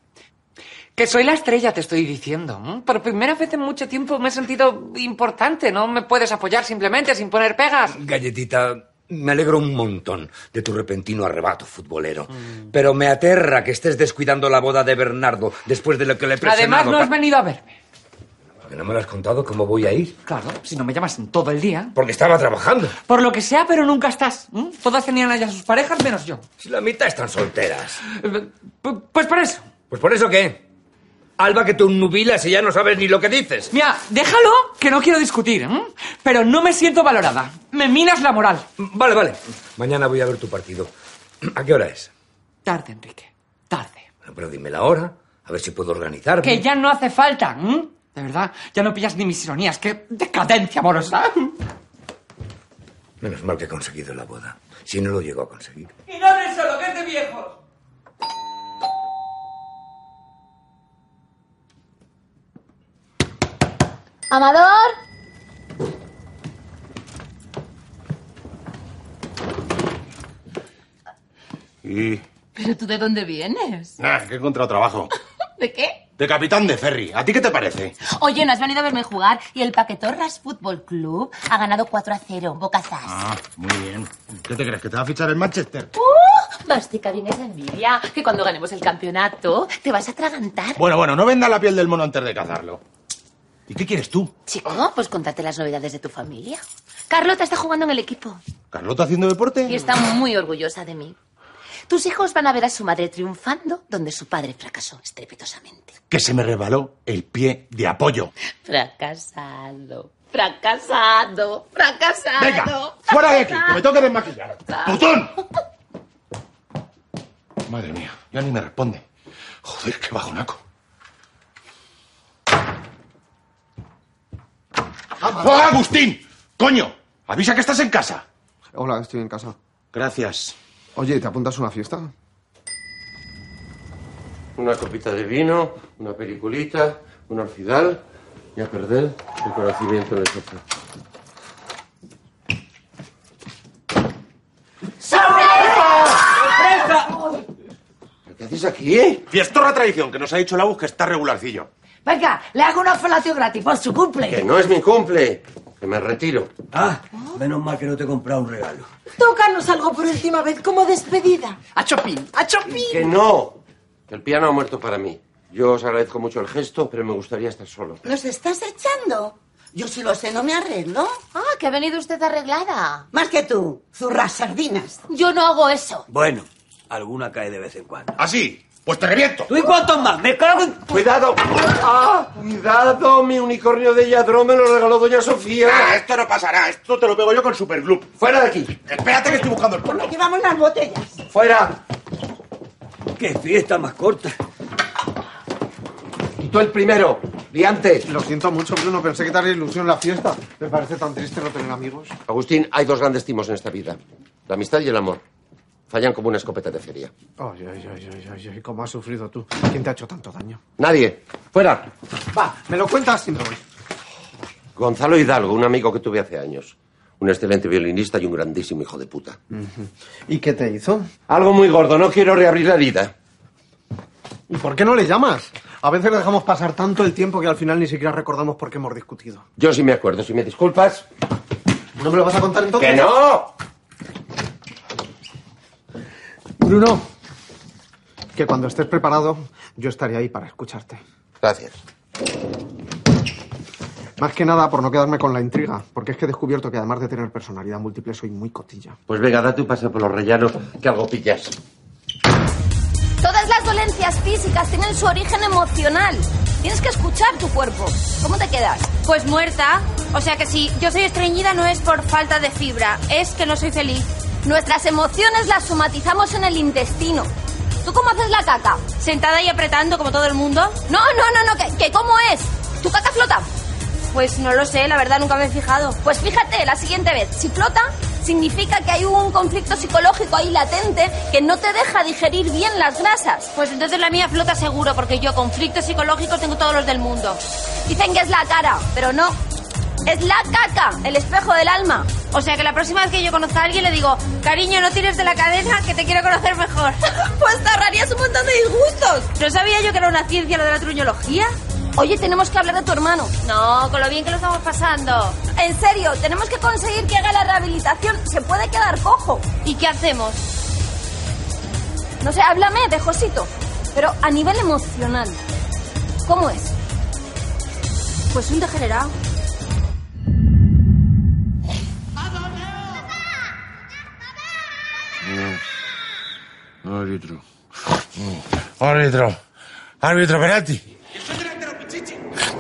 Que soy la estrella, te estoy diciendo. ¿m? Por primera vez en mucho tiempo me he sentido importante. No me puedes apoyar simplemente sin poner pegas.
Galletita, me alegro un montón de tu repentino arrebato futbolero. Pero me aterra que estés descuidando la boda de Bernardo después de lo que le he
Además,
presionado.
no has venido a verme.
pa- ¿Que no me lo has contado cómo voy a ir?
Claro, si no me llamas en todo el día.
Porque estaba trabajando.
Por lo que sea, pero nunca estás. ¿m? Todas tenían allá sus parejas menos yo.
Si la mitad están solteras.
Pues por eso.
¿Pues por eso qué? Alba, que tú nubilas y ya no sabes ni lo que dices.
Mira, déjalo, que no quiero discutir, ¿m? pero no me siento valorada. Me minas la moral.
Vale, vale. Mañana voy a ver tu partido. ¿A qué hora es?
Tarde, Enrique. Tarde.
Bueno, Pero dime la hora, a ver si puedo organizarme.
Que ya no hace falta, ¿m? De verdad, ya no pillas ni mis ironías. Qué decadencia amorosa.
Menos mal que he conseguido la boda. Si no lo llego a conseguir.
Y no hables solo, que es de viejos.
Amador.
Y...
¿Pero tú de dónde vienes?
Ah, que he encontrado trabajo.
¿De qué?
De capitán de ferry. ¿A ti qué te parece?
Oye, no has venido a verme jugar y el Paquetorras Fútbol Club ha ganado 4 a 0, bocazas.
Ah, muy bien. ¿Qué te crees? ¿Que te va a fichar el Manchester?
¡Uh! Mastica bien esa envidia, que cuando ganemos el campeonato te vas a atragantar.
Bueno, bueno, no venda la piel del mono antes de cazarlo. ¿Y qué quieres tú?
Chico, pues contarte las novedades de tu familia. Carlota está jugando en el equipo
¿Carlota haciendo deporte?
y está muy orgullosa de mí. Tus hijos van a ver a su madre triunfando donde su padre fracasó estrepitosamente.
Que se me rebaló el pie de apoyo.
Fracasado, fracasado, fracasado.
Venga, fuera de aquí, que me toque desmaquillar. ¡Putón! Madre mía, ya ni me responde. Joder, qué bajonaco. ¡Oh, Agustín! ¡Coño! Avisa que estás en casa.
Hola, estoy en casa.
Gracias.
Oye, ¿te apuntas a una fiesta?
Una copita de vino, una peliculita, un orfidal y a perder el conocimiento en el sofá.
¡Sorpresa! ¡Sorpresa!
¿Qué haces aquí, eh? Fiestorra tradición que nos ha dicho la UG que está regularcillo.
Venga, le hago una felatio gratis por su cumple.
Que no es mi cumple, que me retiro.
Ah, menos mal que no te he comprado un regalo.
Tócanos algo por última vez como despedida. A Chopin, a Chopin.
Que no, que el piano ha muerto para mí. Yo os agradezco mucho el gesto, pero me gustaría estar solo.
¿Los estás echando? Yo si lo sé, no me arreglo.
Ah, que ha venido usted arreglada.
Más que tú, zurras sardinas.
Yo no hago eso.
Bueno, alguna cae de vez en cuando.
¿Ah,
Así, pues te reviento.
¿Tú y cuántos más? ¡Me cago en...
¡Cuidado! ¡Ah! ¡Cuidado! Mi unicornio de Yadro me lo regaló Doña Sofía.
Ah, esto no pasará. Esto te lo pego yo con superglue.
¡Fuera de aquí!
Espérate que estoy buscando el polvo.
Llevamos las botellas.
¡Fuera!
¡Qué fiesta más corta!
Y tú el primero, liante.
Lo siento mucho, Bruno, pensé que te haría ilusión la fiesta. Me parece tan triste no tener amigos.
Agustín, hay dos grandes timos en esta vida. La amistad y el amor. Fallan como una escopeta de feria.
Ay, ay, ay, ay, ay, ay, cómo has sufrido tú. ¿Quién te ha hecho tanto daño?
Nadie. Fuera.
Va, me lo cuentas y me voy.
Gonzalo Hidalgo, un amigo que tuve hace años. Un excelente violinista y un grandísimo hijo de puta.
¿Y qué te hizo?
Algo muy gordo, no quiero reabrir la herida.
¿Y por qué no le llamas? A veces le dejamos pasar tanto el tiempo que al final ni siquiera recordamos por qué hemos discutido.
Yo sí me acuerdo, si me disculpas.
¿No me lo vas a contar entonces?
¡Que no!
Bruno, que cuando estés preparado, yo estaré ahí para escucharte.
Gracias.
Más que nada por no quedarme con la intriga, porque es que he descubierto que además de tener personalidad múltiple soy muy cotilla.
Pues venga, date un paseo por los rellanos, que algo pillas.
Todas las dolencias físicas tienen su origen emocional. Tienes que escuchar tu cuerpo. ¿Cómo te quedas?
Pues muerta. O sea que si yo soy estreñida no es por falta de fibra, es que no soy feliz.
Nuestras emociones las somatizamos en el intestino. ¿Tú cómo haces la caca?
Sentada y apretando como todo el mundo.
No, no, no, no, que, que ¿cómo es? ¿Tu caca flota?
Pues no lo sé, la verdad nunca me he fijado.
Pues fíjate, la siguiente vez, si flota, significa que hay un conflicto psicológico ahí latente que no te deja digerir bien las grasas.
Pues entonces la mía flota seguro, porque yo conflictos psicológicos tengo todos los del mundo.
Dicen que es la cara, pero no. Es la caca, el espejo del alma.
O sea que la próxima vez que yo conozca a alguien le digo, cariño, no tires de la cadena, que te quiero conocer mejor.
pues te ahorrarías un montón de disgustos.
¿No sabía yo que era una ciencia lo de la truñología?
Oye, tenemos que hablar de tu hermano.
No, con lo bien que lo estamos pasando.
En serio, tenemos que conseguir que haga la rehabilitación. Se puede quedar cojo.
¿Y qué hacemos?
No sé, háblame de Josito. Pero a nivel emocional, ¿cómo es? Pues un degenerado.
Mm.
Árbitro. Árbitro. Árbitro, penalti.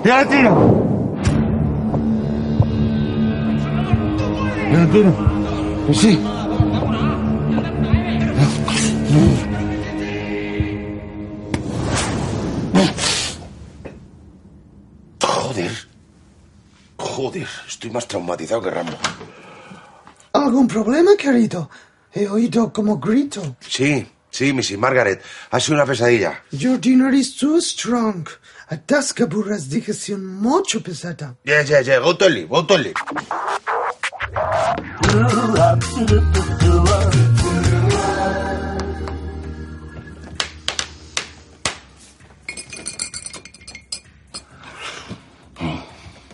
¡Ya tiro! ¡Ya tiro! Pues ¡Sí! Joder. Joder, estoy más traumatizado que Rambo.
¿Algún problema, querido? He oído como grito.
Sí, sí, Missy Margaret. Ha sido una pesadilla.
Your dinner is too strong. Atasca burras digestión mucho pesada.
Yeah, yeah, yeah. Go to sleep, go to sleep.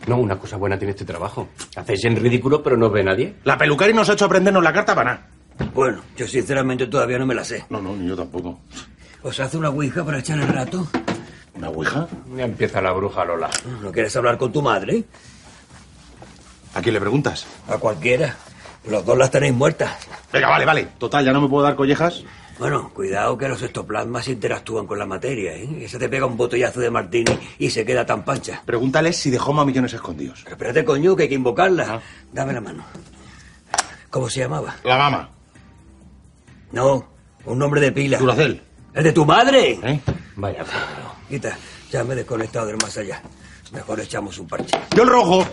No, una cosa buena tiene este trabajo. Hacéis en ridículo, pero no ve nadie.
La pelucari nos ha hecho aprendernos la carta para nada.
Bueno, yo sinceramente todavía no me la sé.
No, no, ni yo tampoco.
¿Os hace Pues una ouija para echar el rato?
¿Una ouija?
Ya empieza la bruja Lola.
¿No quieres hablar con tu madre?
¿A quién le preguntas?
A cualquiera. Los dos las tenéis muertas.
Venga, vale, vale. Total, ya no me puedo dar collejas.
Bueno, cuidado que los estoplasmas interactúan con la materia, ¿eh? Ese te pega un botellazo de martini y se queda tan pancha.
Pregúntales si dejó más millones escondidos. Ah.
Pero espérate, coño, que hay que invocarla. Dame la mano. ¿Cómo se llamaba?
La mama.
No, un nombre de pila.
Duracel.
¿El de tu madre?
¿Eh?
Vaya, pero...
Quita, Ya me he desconectado del más allá. Mejor echamos un parche.
Yo el rojo.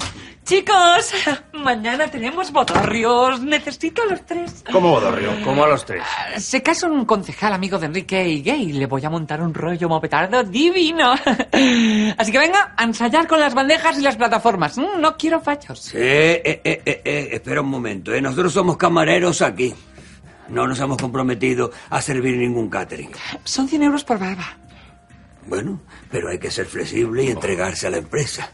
Chicos, mañana tenemos botarrios. Necesito a los tres.
¿Cómo bodorrio? Como a los tres.
Se casa un concejal amigo de Enrique y gay. Le voy a montar un rollo mopetardo divino. Así que venga a ensayar con las bandejas y las plataformas. Mm, No quiero fallos.
Eh, eh, eh, eh, eh, espera un momento. ¿eh? Nosotros somos camareros aquí. No nos hemos comprometido a servir ningún catering.
Son 100 euros por barba.
Bueno, pero hay que ser flexible y entregarse a la empresa.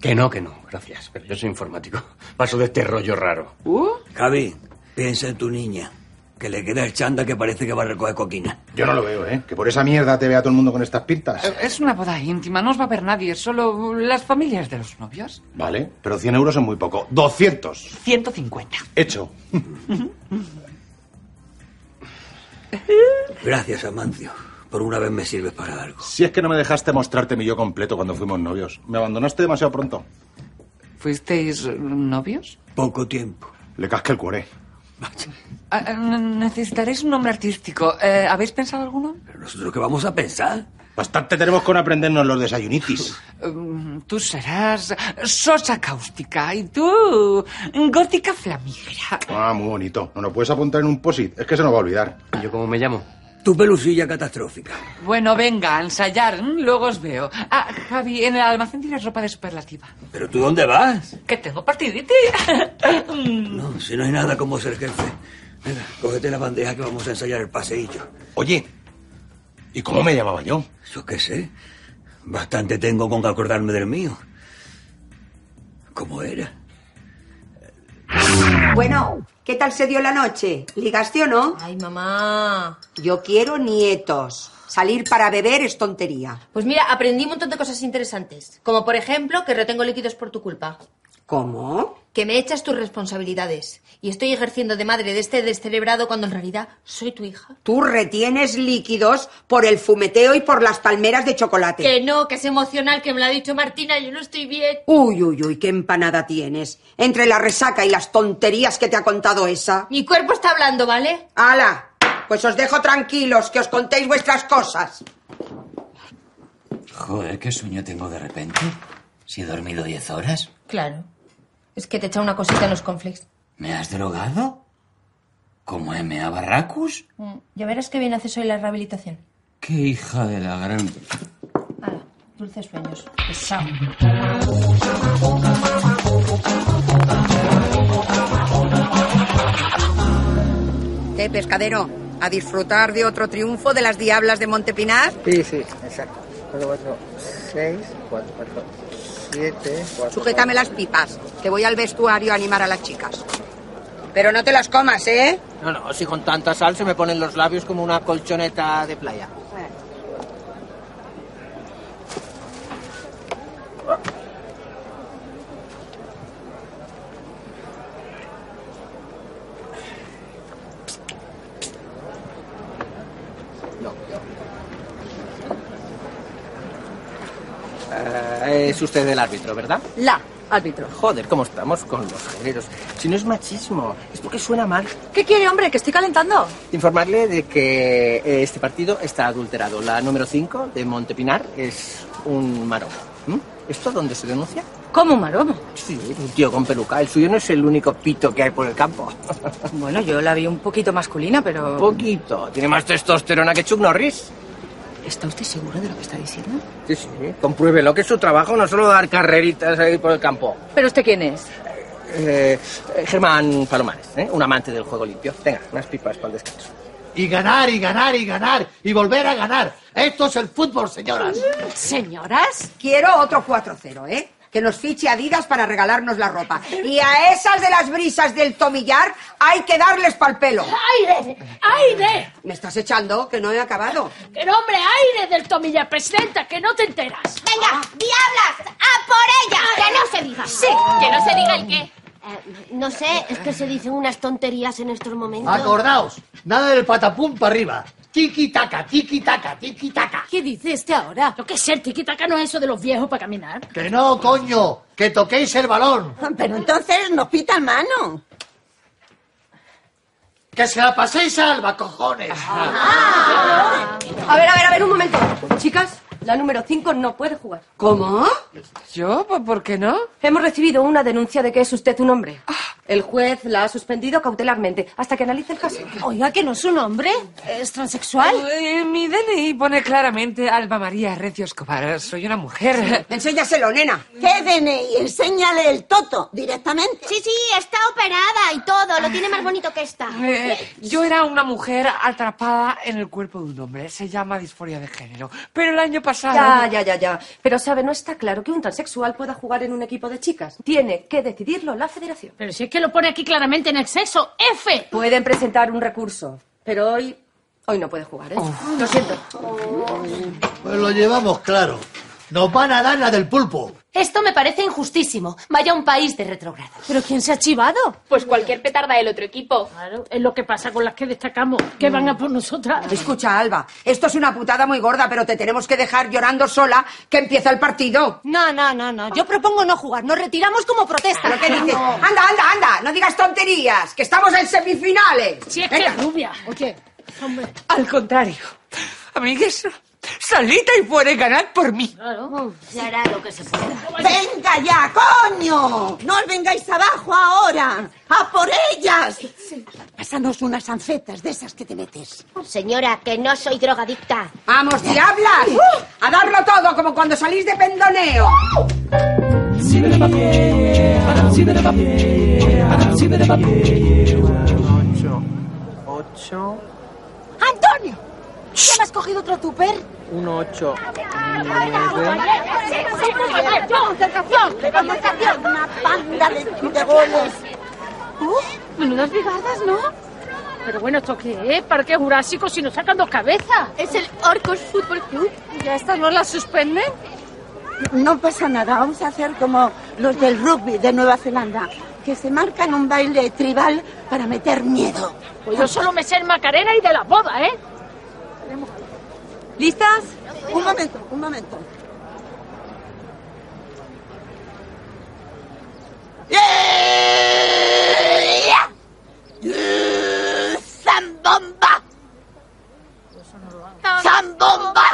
Que no, que no, gracias. Pero yo soy informático. Paso de este rollo raro.
Javi, piensa en tu niña, que le queda el chanda que parece que va a recoger coquina.
Yo no lo veo, ¿eh? Que
e-
por esa mierda te vea todo el mundo con estas
Eh.
pintas.
Es una boda íntima, no os va a ver nadie, solo las familias de los novios.
Vale, pero 100 euros es muy poco. 200.
150.
Hecho.
Gracias, Amancio. Por una vez me sirves para algo.
Si es que no me dejaste mostrarte mi yo completo cuando fuimos novios. Me abandonaste demasiado pronto.
¿Fuisteis eh, novios?
Poco tiempo.
Le casqué el cuore.
Ah, ah, Necesitaréis un nombre artístico. Eh, ¿Habéis pensado alguno?
¿Nosotros qué vamos a pensar?
Bastante tenemos con aprendernos los desayunitis.
Mm, Tú serás sosa cáustica y tú gótica flamígera.
Ah, muy bonito. No lo puedes apuntar en un posit. Es que se nos va a olvidar. ¿Y yo cómo me llamo?
Tu pelusilla catastrófica.
Bueno, venga, a ensayar, mm, luego os veo. Ah, Javi, en el almacén tienes ropa de superlativa.
¿Pero tú dónde vas?
Que tengo partiditi.
No, si no hay nada como ser jefe. Venga, cógete la bandeja que vamos a ensayar el paseillo.
Oye, ¿y cómo me llamaba yo?
Yo qué sé. Bastante tengo con acordarme del mío. ¿Cómo era?
Bueno, ¿qué tal se dio la noche? ¿Ligaste o no? Ay, mamá. Yo quiero nietos. Salir para beber es tontería.
Pues mira, aprendí un montón de cosas interesantes. Como por ejemplo, que retengo líquidos por tu culpa.
¿Ah?
¿Cómo?
Que me echas tus responsabilidades. Y estoy ejerciendo de madre de este descerebrado cuando en realidad soy tu hija.
Tú retienes líquidos por el fumeteo y por las palmeras de chocolate.
Que no, que es emocional, que me lo ha dicho Martina, yo no estoy bien.
Uy, uy, uy, qué empanada tienes. Entre la resaca y las tonterías que te ha contado esa.
Mi cuerpo está hablando, ¿vale?
¡Hala! Pues os dejo tranquilos, que os contéis vuestras cosas.
Joder, qué sueño tengo de repente. Si he dormido 10 horas,
Claro. Es que te echa una cosita en los conflictos.
¿me has drogado? ¿Como M.A. Barracus?
Mm, Ya verás que bien haces hoy la rehabilitación.
¡Qué hija de la gran!
Dulces sueños. Pesado.
¿Qué, Eh, pescadero? ¿A disfrutar de otro triunfo de las diablas de Montepinar?
Sí, sí, exacto. 4, 4, 6, 4, 4, 7, 4.
Sujétame las pipas, que voy al vestuario a animar a las chicas. Pero no te las comas, ¿eh?
No, no, si con tanta sal se me ponen los labios como una colchoneta de playa. No, yo. Ah, es usted el árbitro, ¿verdad? La. Árbitro. Joder, ¿cómo estamos con los géneros? Si no es machismo, es porque suena mal.
¿Qué quiere, hombre? Que estoy calentando.
Informarle de que eh, este partido está adulterado. La número 5 de Montepinar es un maromo. ¿m? ¿Esto dónde se denuncia?
¿Cómo un maromo?
Sí, es un tío con peluca. El suyo no es el único pito que hay por el campo.
Bueno, yo la vi un poquito masculina, pero...
Poquito. Tiene más testosterona que Chuck Norris.
¿Está usted seguro de lo que está diciendo?
Sí, sí. Compruébelo, que es su trabajo, no solo dar carreritas ahí por el campo.
¿Pero usted quién es?
Eh, eh, Germán Palomares, ¿eh? un amante del juego limpio. Venga, unas pipas para el descanso.
Y ganar, y ganar, y
ganar,
y volver a ganar.
Esto es el fútbol, señoras.
¿Señoras? Quiero otro 4-0, ¿eh? Que nos fiche Adidas para regalarnos la ropa. Y a esas de las brisas del tomillar hay que darles pal pelo.
¡Aire! ¡Aire!
¿Me estás echando? Que no he acabado.
¡Que nombre aire del tomillar, Pues presidenta! ¡Que no te enteras! ¡Venga, diablas! ¡A por ella! ¡Que no se diga! Sí, que no se diga el qué.
Eh,
No sé, es que se dicen unas tonterías en estos momentos.
Acordaos, nada del patapum para arriba. Tiki taca, tiki taca, tiki taca.
¿Qué dice este ahora? Lo que es el tiquitaca no es eso de los viejos para caminar.
Que no, coño, que toquéis el balón.
Pero entonces nos pita mano.
Que se la paséis a Alba, cojones.
A ver, a ver, a ver, un momento. Chicas, la número 5 no puede jugar. ¿Cómo?
¿Yo? ¿Por- ¿Por qué no? Ah.
Hemos recibido una denuncia de que es usted un hombre. El juez la ha suspendido cautelarmente hasta que analice el caso.
Oiga, que no es un hombre. Es transexual.
Eh, mi DNI pone claramente Alba María Recio Escobar. Soy una mujer.
Enséñaselo, nena. ¿Qué DNI? Enséñale el toto directamente.
Sí, sí, está operada y todo. Lo tiene más bonito que esta.
Eh, yo era una mujer atrapada en el cuerpo de un hombre. Se llama disforia de género. Pero el año pasado...
Ya, ya, ya, ya. Pero sabe, no está claro que un transexual pueda jugar en un equipo de chicas. Tiene que decidirlo la federación.
Pero si es que lo pone aquí claramente en el sexo. F.
Pueden presentar un recurso, pero hoy hoy no puede jugar, ¿eh? Lo siento.
Pues lo llevamos claro. Nos van a dar la del pulpo.
Esto me parece injustísimo. Vaya un país de retrogrados. ¿Pero quién se ha chivado? Pues cualquier petarda del otro equipo.
Claro, es lo que pasa con las que destacamos. Que van a por nosotras.
Escucha, Alba, esto es una putada muy gorda, pero te tenemos que dejar llorando sola que empieza el partido.
No, no, no, no. Yo propongo no jugar. Nos retiramos como protesta.
¿Pero qué dices? Anda, anda, anda, no digas tonterías, que estamos en semifinales.
Si es
Venga.
que es rubia. Oye, hombre.
Al contrario. Amigues, salita y puede ganar por mí.
Claro. Se hará lo que se pueda.
¡Venga ya, coño! ¡No os vengáis abajo ahora! ¡A por ellas! Pásanos unas ancetas de esas que te metes.
Señora, que no soy drogadicta.
Vamos, diablas,
Uh.
a darlo todo, como cuando salís de pendoneo.
Ocho. Ocho.
¡Antonio! ¿Qué me has cogido otro tupper?
Un ocho.
¡Concentración!
¡Una panda de, de goles!
Uh, menudas brigadas, ¿no? Pero bueno, ¿esto qué es? Parque Jurásico si nos sacan dos cabezas. Es el Orcos Fútbol Club. ¿Ya estas no las suspenden?
No pasa nada, vamos a hacer como los del rugby de Nueva Zelanda, que se marcan un baile tribal para meter miedo.
Pues yo solo me sé el Macarena y de las bodas, ¿eh?
¿Listas? Un momento, un momento.
¡Zambomba! ¡Zambomba!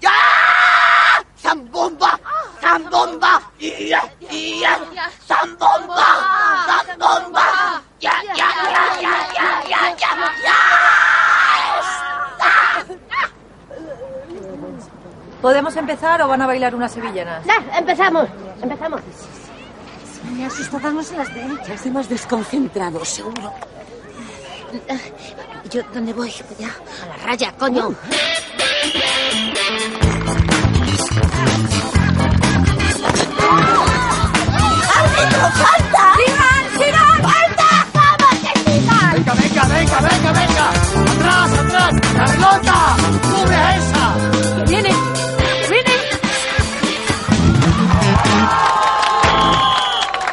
¡Ya! ¡Zambomba! ¡Zambomba! ¡Ya! ¡Ya! ¡Zambomba! ¡Zambomba! ¡Ya! ¡Ya! ¡Ya! ¡Ya! ¡Ya! ¡Ya! ¡Ya! ¡Ya!
¿Podemos empezar o van a bailar unas sevillanas?
empezamos. Empezamos.
Me asustadas no se las de Ya estamos desconcentrados, seguro. ¿Yo dónde voy? Ya.
A la raya, coño.
¡Falta! ¡Sigan! ¡Sigan! ¡Falta! ¡Vamos, que sigan!
Venga, venga, venga, venga, venga. Atrás, atrás. La pelota. Cubre a esa.
¡Viene! ¡Viene!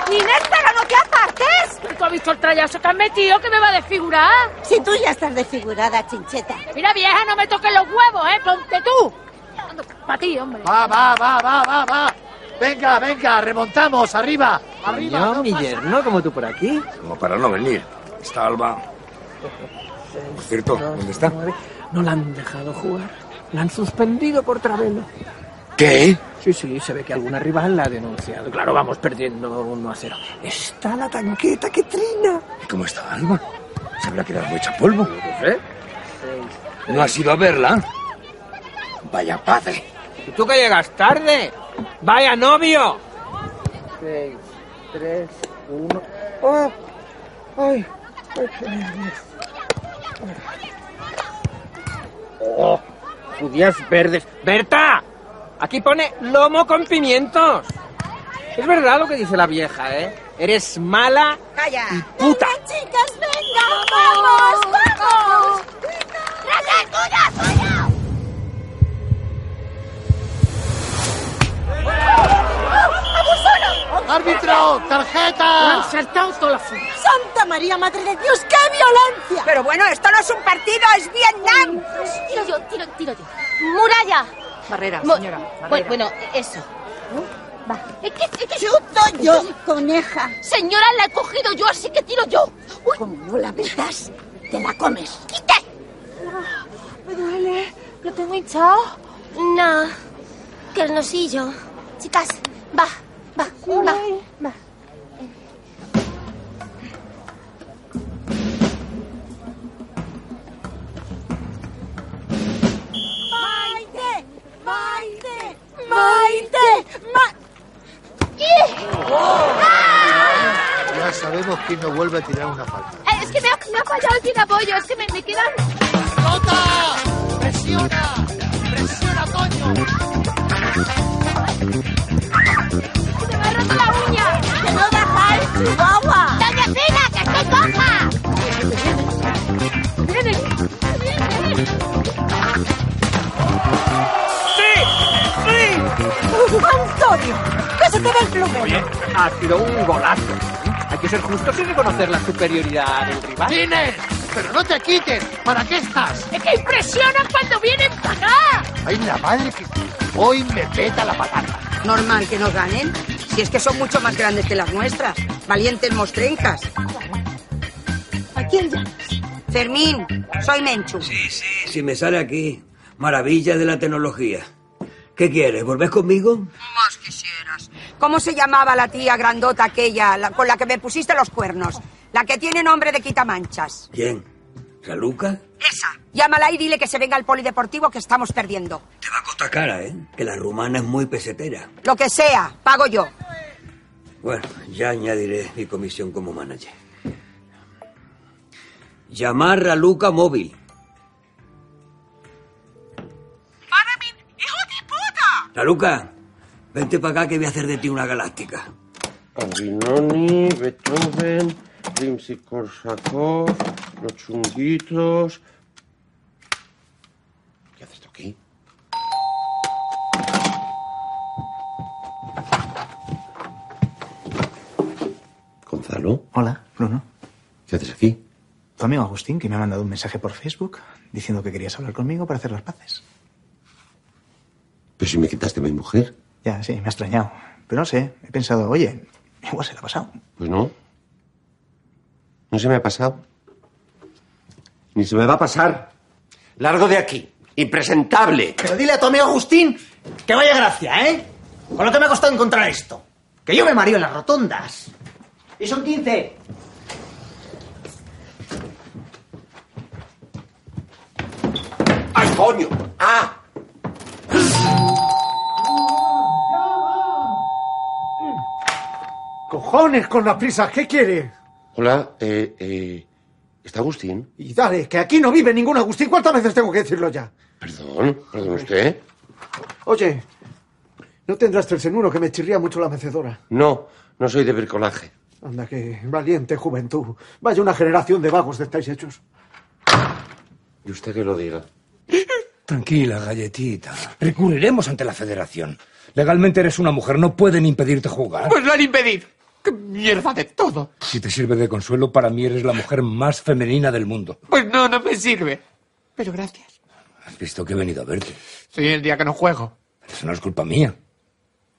¡Ninesta ganó qué apartes! ¿Tú has visto el trayazo que has metido que me va a desfigurar?
Si tú ya estás desfigurada, chincheta.
Mira, vieja, no me toques los huevos, ¿eh? Ponte tú. Para ti, hombre.
Va, va, va, va, va, va. Venga, venga, remontamos, arriba, arriba.
Yo,
no
mi
pasa
yerno, como tú por aquí.
Como para no venir. Está Alba. Por cierto, ¿dónde está?
No la han dejado jugar. La han suspendido por travelo.
¿Qué?
Sí, sí, se ve que alguna rival la ha denunciado. Claro, vamos perdiendo 1 a 0. Está la tanqueta que trina.
¿Y cómo está Alba? Se habrá quedado hecha polvo.
¿Eh?
¿No has ido a verla? Vaya padre.
¿Y tú que llegas tarde? ¡Vaya novio! 6, 3, 1. ¡Oh! ¡Ay! ¡Ay, qué nervios! ¡Oh! Judías verdes. ¡Berta! Aquí pone lomo con pimientos. Es verdad lo que dice la vieja, ¿eh? Eres mala
¡Calla!
puta.
¡Chicas, venga! ¡Vamos! ¡Vamos! ¡Raya, cuya, suya!
¡Árbitro! ¡Tarjeta!
Han saltado todas las fugas.
¡Santa María, Madre de Dios, qué violencia! Pero bueno, esto no es un partido, es Vietnam.
Tiro yo, tiro, tiro yo. Muralla.
Barrera,
Mu-
señora.
bu-
barrera.
Bueno, eso. Va. Es que, es que
Chuto yo, coneja.
Señora, la he cogido yo, así que tiro yo.
Como no la metas,
te la comes.
Ah, Me duele. ¿Lo tengo hinchado? No. Carnosillo. Chicas, va, va, va, va.
¡Maite! ¡Maite! ¡Maite! Ah.
Ya sabemos quién nos vuelve a tirar una falta.
Eh, Es que me ha, me ha fallado sin apoyo, es que me, me quedan. ¡Nota! ¡Presiona! ¡Presiona, coño! ¡Se me ha roto la uña! ¡Que no baja el chihuahua! ¡Doña Fina, que estoy coja! ¡Viene! ¡Viene! ¡Sí!
¡Antonio! ¡Que se te ve el plume! Oye, ha sido un golazo. ¿eh? Hay que ser justos y reconocer la superioridad del rival.
¡Tienes! ¡Pero no te quites! ¿Para qué estás?
¡Es que impresionan cuando vienen para acá!
¡Ay, la madre que hoy me peta la patata!
Normal que nos ganen, si es que son mucho más grandes que las nuestras. Valientes mostrencas. ¿A quién llamas? Fermín, soy Menchu.
Sí, sí. Si me sale aquí, maravilla de la tecnología. ¿Qué quieres? ¿Volvés conmigo?
Más quisieras. ¿Cómo se llamaba la tía grandota aquella la- con la que me pusiste los cuernos? La que tiene nombre de quitamanchas.
¿Quién? ¿Saluca?
Esa. Llámala y dile que se venga al polideportivo que estamos perdiendo.
Otra cara, ¿eh? Que la rumana es muy pesetera.
Lo que sea, pago yo.
Bueno, ya añadiré mi comisión como manager. Llamar a Luca móvil. La Luca, vente para acá que voy a hacer de ti una galáctica.
Albinoni, Beethoven, Rimsky Korsakov, los chunguitos. ¿Qué haces tú aquí?
Gonzalo,
Hola, Bruno.
¿qué haces aquí?
Tu amigo Agustín, que me ha mandado un mensaje por Facebook diciendo que querías hablar conmigo para hacer las paces.
Pero si me quitaste a mi mujer.
Ya, sí, me ha extrañado. Pero no sé, he pensado, oye, igual se le ha pasado.
Pues no. No se me ha pasado. Ni se me va a pasar. Largo de aquí. Impresentable.
Pero dile a tu amigo Agustín que vaya gracia, ¿eh? Con lo que me ha costado encontrar esto. Que yo me mareo en las rotondas. Y son 15.
¡Ay, coño! ¡Ah!
¡Cojones con las prisas! ¿Qué quiere?
Hola, eh, eh, ¿está Agustín?
Y dale, que aquí no vive ningún Agustín. ¿Cuántas veces tengo que decirlo ya?
Perdón, perdón usted. ¿eh?
Oye, ¿no tendrás tres en uno que me chirría mucho la mecedora?
No, no soy de bricolaje.
Anda, que valiente juventud. Vaya una generación de vagos de estáis hechos.
Y usted que lo diga.
Tranquila, galletita. Recurriremos ante la federación. Legalmente eres una mujer, no pueden impedirte jugar.
Pues lo han impedido. ¡Qué mierda de todo!
Si te sirve de consuelo, para mí eres la mujer más femenina del mundo.
Pues no, no me sirve. Pero gracias.
Has visto que he venido a verte.
Soy el día que no juego.
Eso no es culpa mía.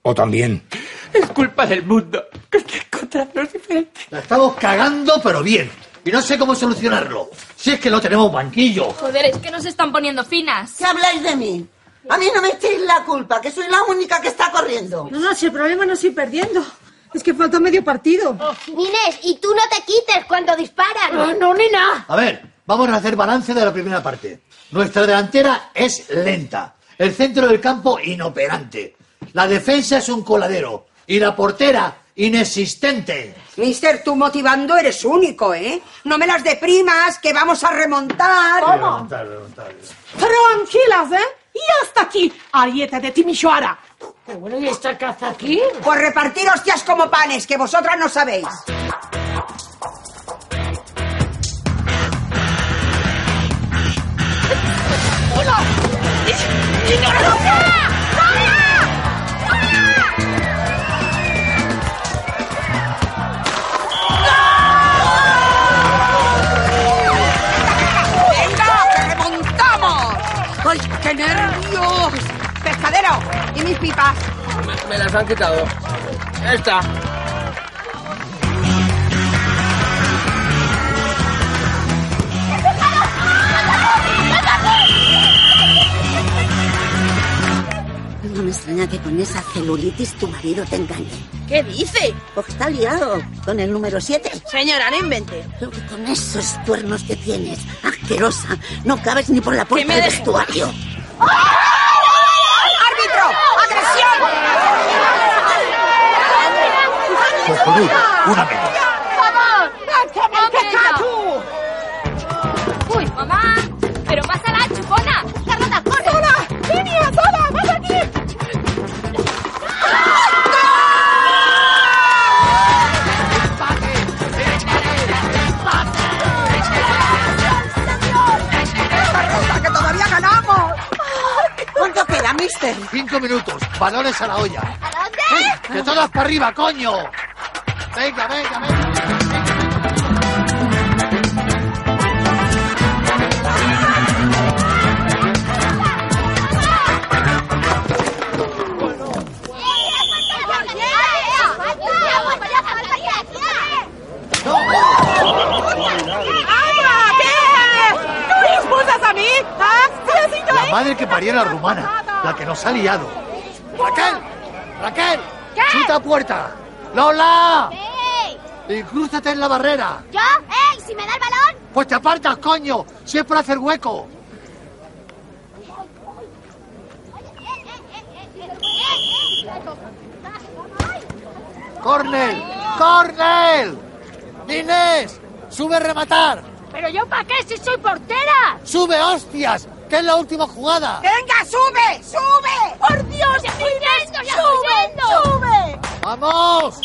O también.
Es culpa del mundo.
La estamos cagando, pero bien. Y no sé cómo solucionarlo. Si es que no tenemos banquillo.
Joder, es que nos están poniendo finas.
¿Qué habláis de mí?
A mí no me echéis la culpa, que soy la única que está corriendo.
No, no, si el problema no es ir perdiendo. Es que falta medio partido.
Inés, y tú no te quites cuando disparan.
No, no, ni nada.
A ver, vamos a hacer balance de la primera parte. Nuestra delantera es lenta. El centro del campo inoperante. La defensa es un coladero. Y la portera inexistente.
Mister, tú motivando eres único, ¿eh? No me las deprimas, que vamos a remontar.
Tranquilas, ¿eh? Y hasta aquí, Arieta de Timisoara.
Bueno, ¿y esta caza aquí? Por Pues repartir hostias como panes, que vosotras no sabéis.
¡Hola!
¡Venga, que remontamos! ¡Ay, qué nervios! Pescadero, ¿y mis pipas?
Me, me las han quitado. Esta.
¡Vamos!
No me extraña que con esa celulitis tu marido te engañe.
¿Qué dice?
Porque está liado con el número 7.
Señora, no invente.
Creo que con esos cuernos que tienes, asquerosa, no cabes ni por la puerta del vestuario.
¡Árbitro! ¡Agresión!
Pues una menos.
¡Uy, mamá! ¡Pero pásala, chupona! ¡Carlota, corre! ¡Sola! ¡Línea, sola! ¡Vas aquí!
¡Ah, ¡Que todavía ganamos! ¿Cuánto queda, mister?
Cinco minutos. Balones a la olla. ¿A dónde? ¡De todos para arriba, coño! Venga, venga, venga.
¿Tú me expulsas a mí? ¿Ah? ¡Pobrecito,
¿Eh?
La madre que parió la rumana. La que nos ha liado. ¡Raquel! ¡Raquel! ¡Chuta puerta! ¡Lola! ¡Incrúzate en la barrera!
¿Yo? ¡Ey! ¿Si me da el balón?
Pues te apartas, coño. Si es para hacer hueco. ¡Cornel! ¡Cornel! ¡Inés! ¡Sube a rematar!
¿Pero yo para qué si soy portera?
¡Sube, hostias! ¡Que es la última jugada!
¡Venga, sube! ¡Sube! ¡Por Dios! ¡Ya estoy yendo! ¡Ya estoy yendo! ¡Sube!
¡Vamos!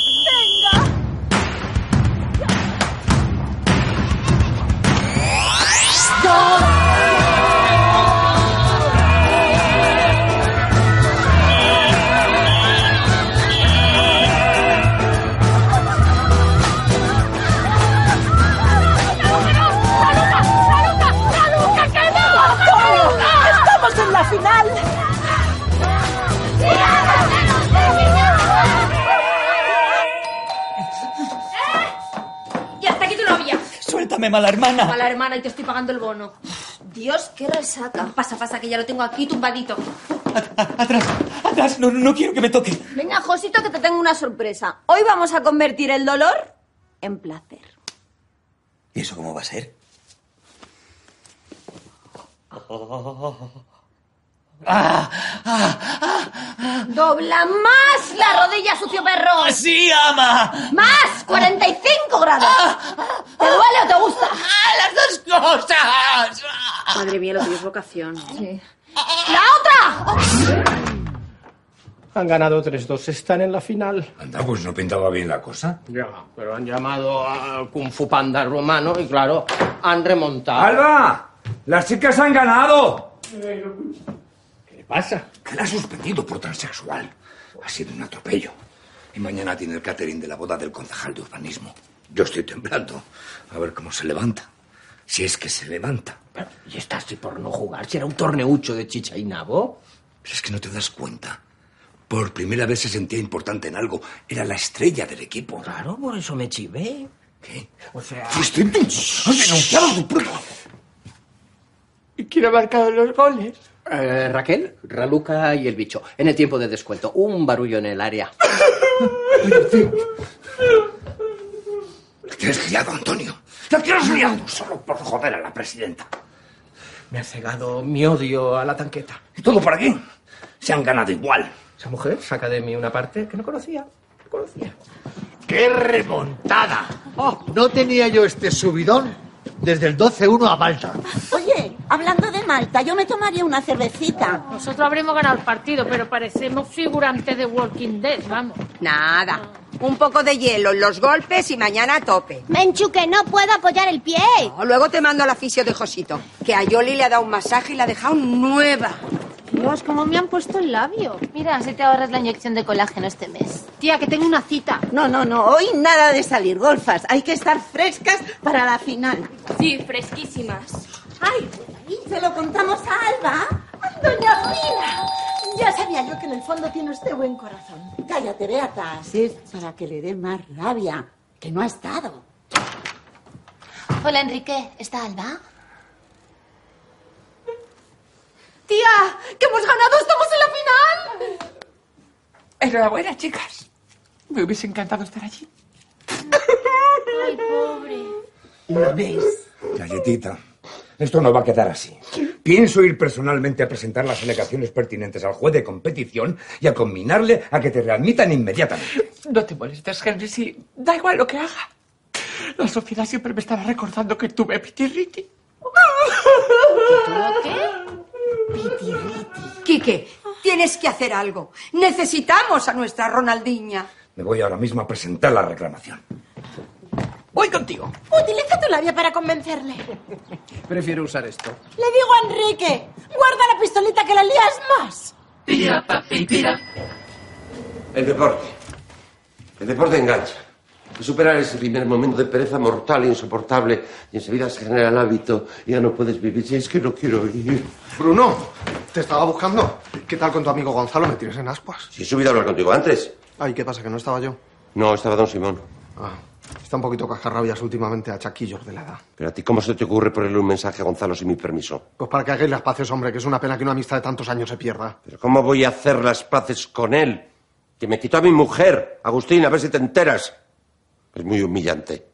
¡Estamos en la final!
Y hasta aquí tu novia.
Suéltame, mala hermana.
Mala hermana, y te estoy pagando el bono. Dios, qué resaca. Pasa, pasa, que ya lo tengo aquí tumbadito.
Atrás, atrás. No, no, no quiero que me toque.
Venga, Josito, que te tengo una sorpresa. Hoy vamos a convertir el dolor en placer.
¿Y eso cómo va a ser?
Dobla más la rodilla, sucio perro.
¡Sí, ama! Ah,
Más 45 grados. ¿Te duele o te gusta?
Las dos cosas.
Madre mía, lo que es vocación. ¡La otra!
Han ganado 3-2, están en la final.
Anda, pues no pintaba bien la cosa.
Ya, pero han llamado a Kung Fu Panda rumano y claro, han remontado.
¡Alba! ¡Las chicas han ganado!
pues, ¿Qué le pasa?
Que la ha suspendido por transexual. Ha sido un atropello. Y mañana tiene el catering de la boda del concejal de urbanismo. Yo estoy temblando. A ver cómo se levanta. Si es que se levanta.
¿Y está así por no jugar? ¿Será un torneucho de chicha y nabo?
Pero es que no te das cuenta. Por primera vez se sentía importante en algo. Era la estrella del equipo.
Claro, por eso me chivé.
¿Qué?
O sea...
Fuiste tú. Has denunciado a tu primo.
¿Y quién ha marcado los goles? Eh, Raquel, Raluca y el bicho. En el tiempo de descuento. Un barullo en el área.
La tienes liado, Antonio. La tienes liado solo por joder a la presidenta.
Me ha cegado mi odio a la tanqueta.
¿Y todo por aquí? Se han ganado igual.
Esa mujer saca de mí una parte que no conocía. No conocía.
¡Qué remontada! Oh, No tenía yo este subidón desde el 12-1 a Malta.
Oye, hablando de Malta, yo me tomaría una cervecita.
Nosotros habremos ganado el partido, pero parecemos figurantes de Walking Dead, vamos.
Nada. Un poco de hielo en los golpes y mañana a tope.
Menchu, que no puedo apoyar el pie.
O luego te mando al aficio de Josito, que a Yoli le ha dado un masaje y la ha dejado nueva.
Dios, cómo me han puesto el labio. Mira, Ah, si te ahorras la inyección de colágeno este mes. Tía, que tengo una cita.
No, no, no, hoy nada de salir golfas. Hay que estar frescas para la final.
Sí, fresquísimas.
¡Ay! ¿Se lo contamos a Alba?
Doña Frida, ya sabía yo que en el fondo tiene usted buen corazón.
Cállate, Beata. Así es para que le dé más rabia, que no ha estado.
Hola, Enrique. ¿Está Alba?
¡Tía! ¡Que hemos ganado! ¡Estamos en la final!
Enhorabuena, chicas. Me hubiese encantado estar allí.
¡Ay, pobre!
¿Lo ves? Galletita, esto no va a quedar así. Pienso ir personalmente a presentar las alegaciones pertinentes al juez de competición y a combinarle a que te readmitan inmediatamente.
No te molestes, Pues, Henry, si da igual lo que haga. La sociedad siempre me estará recordando que tuve pitirriti.
Quique, tienes que hacer algo. Necesitamos a nuestra Ronaldiña.
Me voy ahora mismo a presentar la reclamación.
Voy contigo.
Utiliza tu labia para convencerle.
Prefiero usar esto.
Le digo a Enrique, guarda la pistolita que la lías más.
Tira, papi, tira. El deporte. El deporte engancha. Al Superar ese primer momento de pereza mortal e insoportable y enseguida se genera el hábito y ya no puedes vivir. Si es que no quiero ir.
Bruno, te estaba buscando. ¿Qué tal con tu amigo Gonzalo? ¿Me tienes en ascuas?
Si he subido a hablar contigo antes.
Ay, ¿qué pasa? ¿Que no estaba yo?
No, estaba don Simón.
Ah, está un poquito cascarrabias últimamente a chaquillos de la edad.
Pero a ti, ¿cómo se te ocurre ponerle un mensaje a Gonzalo sin mi permiso?
Pues para que hagáis las paces, hombre, que es una pena que una amistad de tantos años se pierda.
Pero ¿cómo voy a hacer las paces con él? Que me quitó a mi mujer. Agustín, a ver si te enteras. Es muy humillante.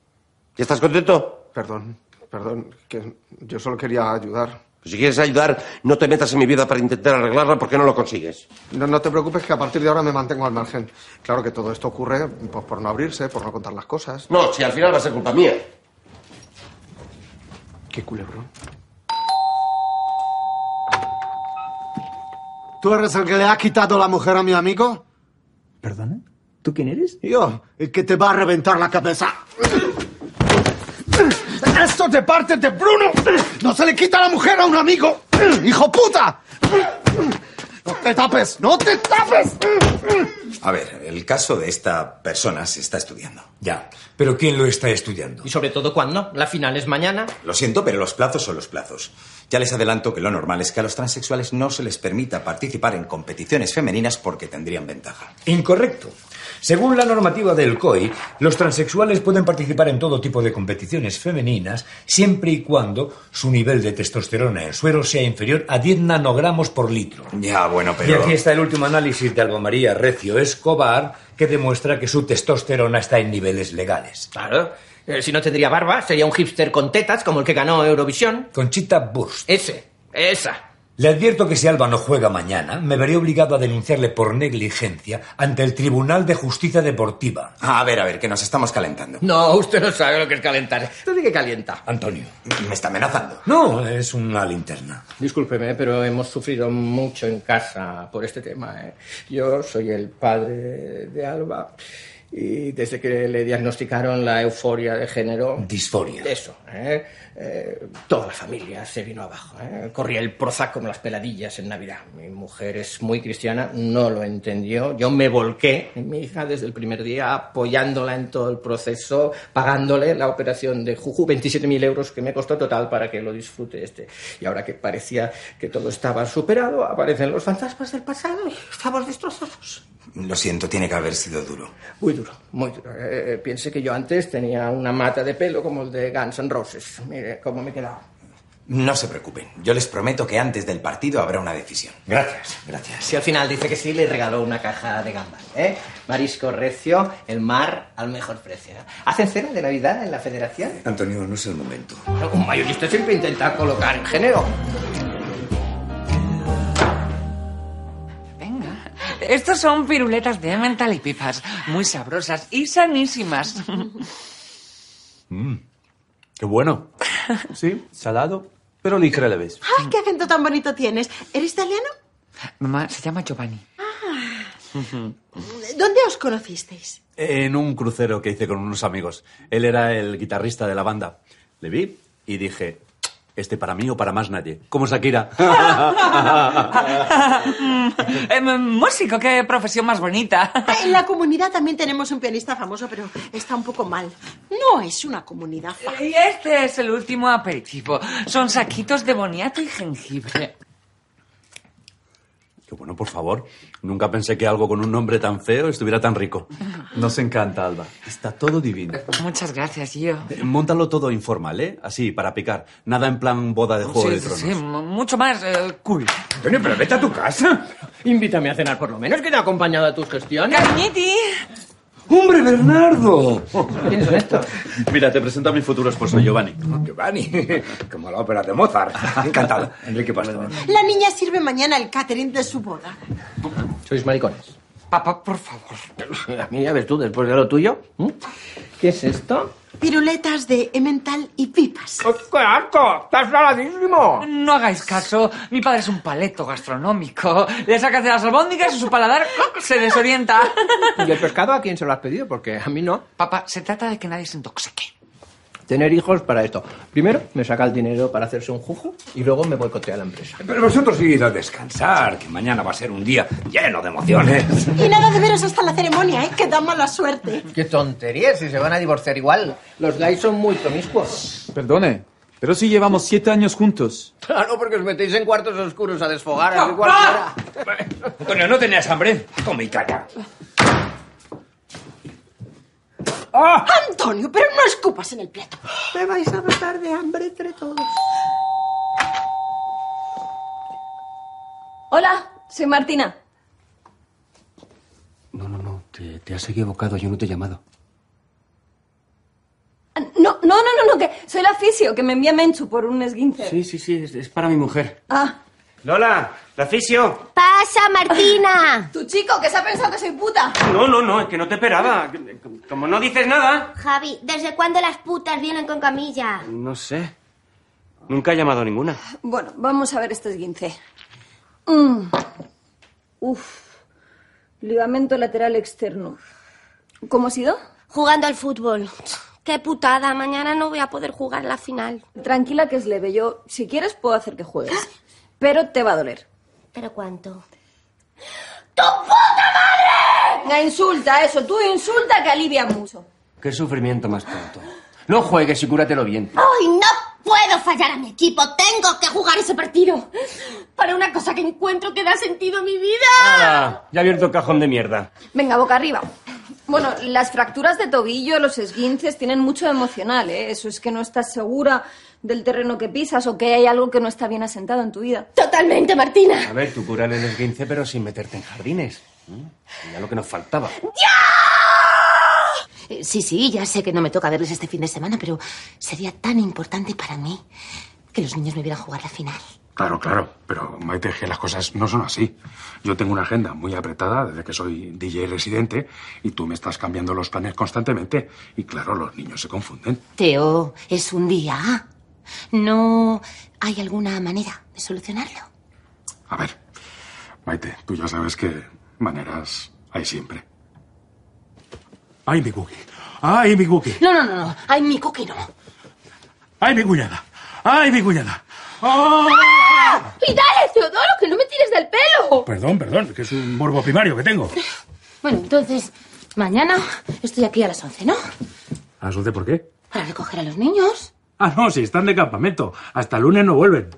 ¿Ya estás contento?
Perdón, perdón, que yo solo quería ayudar.
Si quieres ayudar, no te metas en mi vida para intentar arreglarla porque no lo consigues.
No, no te preocupes que a partir de ahora me mantengo al margen. Claro que todo esto ocurre pues, por no abrirse, por no contar las cosas.
No, si al final va a ser culpa mía.
Qué culebrón.
¿Tú eres el que le ha quitado la mujer a mi amigo? ¿Perdona? ¿Tú quién eres? Yo, el que te va a reventar la cabeza. ¡Esto te parte de Bruno! ¡No se le quita la mujer a un amigo! ¡Hijo puta! ¡No te tapes! ¡No te tapes!
A ver, el caso de esta persona se está estudiando. Ya. ¿Pero quién lo está estudiando?
Y sobre todo cuando la final es mañana.
Lo siento, pero los plazos son los plazos. Ya les adelanto que lo normal es que a los transexuales no se les permita participar en competiciones femeninas porque tendrían ventaja.
Incorrecto. Según la normativa del COI, los transexuales pueden participar en todo tipo de competiciones femeninas siempre y cuando su nivel de testosterona en suero sea inferior a 10 nanogramos por litro.
Ya, bueno,
Y
pero...
aquí está el último análisis de Alba María Recio Escobar que demuestra que su testosterona está en niveles legales.
Claro. Eh, si no tendría barba, sería un hipster con tetas como el que ganó Eurovisión.
Conchita Burst.
Ese. Esa.
Le advierto que si Alba no juega mañana, me veré obligado a denunciarle por negligencia ante el Tribunal de Justicia Deportiva.
A ver, a ver, que nos estamos calentando.
No, usted no sabe lo que es calentar. Usted sí que calienta.
Antonio.
Me está amenazando.
No, es una linterna.
Discúlpeme, pero hemos sufrido mucho en casa por este tema. ¿eh? Yo soy el padre de Alba y desde que le diagnosticaron la euforia de género...
Disforia.
Eso. ¿eh? Eh, toda la familia se vino abajo. ¿eh? Corría el Prozac como las peladillas en Navidad. Mi mujer es muy cristiana, no lo entendió. Yo me volqué en mi hija desde el primer día, apoyándola en todo el proceso, pagándole la operación de Juju, 27.000 euros que me costó total para que lo disfrute este. Y ahora que parecía que todo estaba superado, aparecen los fantasmas del pasado y estamos destrozados.
Lo siento, tiene que haber sido duro.
Muy duro, muy duro. Eh, eh, piense que yo antes tenía una mata de pelo como el de Guns N' Roses. Mire cómo me he quedado.
No se preocupen. Yo les prometo que antes del partido habrá una decisión.
Gracias.
Gracias.
Si al final dice que sí, le regaló una caja de gambas. ¿eh? Marisco recio, el mar al mejor precio. ¿eh? ¿Hacen cena de Navidad en la federación?
Antonio, no es el momento.
Un mayorista siempre intenta colocar en género.
Estos son piruletas de mental y pipas, muy sabrosas y sanísimas.
Mm, qué bueno. Sí, salado, pero ligera la vez.
¡Ay, qué acento tan bonito tienes! ¿Eres italiano?
Mamá, se llama Giovanni.
¿Dónde os conocisteis?
En un crucero que hice con unos amigos. Él era el guitarrista de la banda. Le vi y dije, este para mí o para más nadie. Como Shakira.
Em, músico, qué profesión más bonita.
Ah, En la comunidad también tenemos un pianista famoso, pero está un poco mal. No es una comunidad fácil.
Y este es el último aperitivo. Son saquitos de boniato y jengibre.
Qué bueno, por favor. Nunca pensé que algo con un nombre tan feo estuviera tan rico. Nos encanta, Alba. Está todo divino.
Muchas gracias, yo.
Eh, Móntalo todo informal, ¿eh? Así, para picar. Nada en plan boda de Juego de Tronos.
mucho más eh, cool.
Antonio, pero vete a tu casa. Invítame a cenar por lo menos, que te he acompañado a tus gestiones.
¡Cañiti!
¡Hombre, Bernardo! ¿Quiénes son estos?
Mira, te presento a mi futuro esposo, Giovanni.
Oh, Giovanni, como la ópera de Mozart. Encantado. Enrique Pastor.
La niña sirve mañana el catering de su boda.
Sois maricones.
Papá, por favor.
A mí ya ves tú, después de lo tuyo. ¿eh? ¿Qué es esto?
Piruletas de emmental y pipas.
¡Qué asco! ¡Estás saladísimo!
No hagáis caso. Mi padre es un paleto gastronómico. Le sacas de las albóndigas y su paladar se desorienta.
¿Y el pescado a quién se lo has pedido? Porque a mí no.
Papá, se trata de que nadie se intoxique.
Tener hijos para esto. Primero me saca el dinero para hacerse un juju y luego me boicotea la empresa.
Pero vosotros id a descansar, que mañana va a ser un día lleno de emociones.
Y nada de veros hasta la ceremonia, ¿eh? Que da mala suerte.
¡Qué tontería! Si se van a divorciar igual. Los gays son muy promiscuos.
Perdone, pero si llevamos siete años juntos.
Claro, porque os metéis en cuartos oscuros a desfogar. así
¡Papá!
cualquiera.
Bueno, ¿no tenías hambre? Come y calla.
Antonio, pero no escupas en el plato.
Me vais a matar de hambre entre todos.
Hola, soy Martina.
Te, te has equivocado, yo no te he llamado.
Ah, No, no, no, no, no, que soy la fisio, que me envía Menchu por un esguince.
Sí, sí, sí, es, es para mi mujer.
Ah,
Lola, la fisio.
pasa, Martina. Tu chico, que se ha pensado que soy puta.
No, no, no, es que no te esperaba. Que- que- Como no dices nada.
Javi, ¿desde cuándo las putas vienen con camilla?
No sé. Nunca he llamado a ninguna.
Bueno, vamos a ver este esguince. Mm. Uf, ligamento lateral externo. ¿Cómo ha sido?
Jugando al fútbol. Qué putada, mañana no voy a poder jugar la final.
Tranquila que es leve, yo si quieres puedo hacer que juegues. Pero te va a doler.
¿Pero cuánto?
La insulta, eso, tú insulta que alivia mucho.
Qué sufrimiento más tonto. No juegues y cúratelo bien.
¡Ay, no puedo fallar a mi equipo! ¡Tengo que jugar ese partido! Para una cosa que encuentro que da sentido a mi vida.
Ah, ya he abierto el cajón de mierda.
Venga, boca arriba. Bueno, las fracturas de tobillo, los esguinces tienen mucho de emocional, ¿eh? Eso es que no estás segura del terreno que pisas o que hay algo que no está bien asentado en tu vida.
Totalmente, Martina.
A ver, tú cúrale el esguince, pero sin meterte en jardines. ¿Mm? Ya lo que nos faltaba. Eh, Sí, sí, ya sé que no me toca verles este fin de semana, pero sería tan importante para mí que los niños me vieran jugar la final.
Claro, claro, pero Maite, es que las cosas no son así. Yo tengo una agenda muy apretada desde que soy DJ residente y tú me estás cambiando los planes constantemente y claro, los niños se confunden.
Teo,
es un día.
¿no hay alguna manera de solucionarlo?
A ver, Maite, tú ya sabes que maneras hay siempre.
¡Ay, mi cookie! ¡Ay, mi cookie!
No, no, no, no. Ay, mi cookie no.
¡Ay, mi cuñada! ¡Ay, mi cuñada!
¡Y dale, Teodoro, que no me tires del pelo!
Perdón, perdón, que es un morbo primario que tengo.
Bueno, entonces, mañana estoy aquí a las 11, ¿no?
¿A las 11 por qué?
Para recoger a los niños.
Ah, no, si están de campamento. Hasta el lunes no vuelven.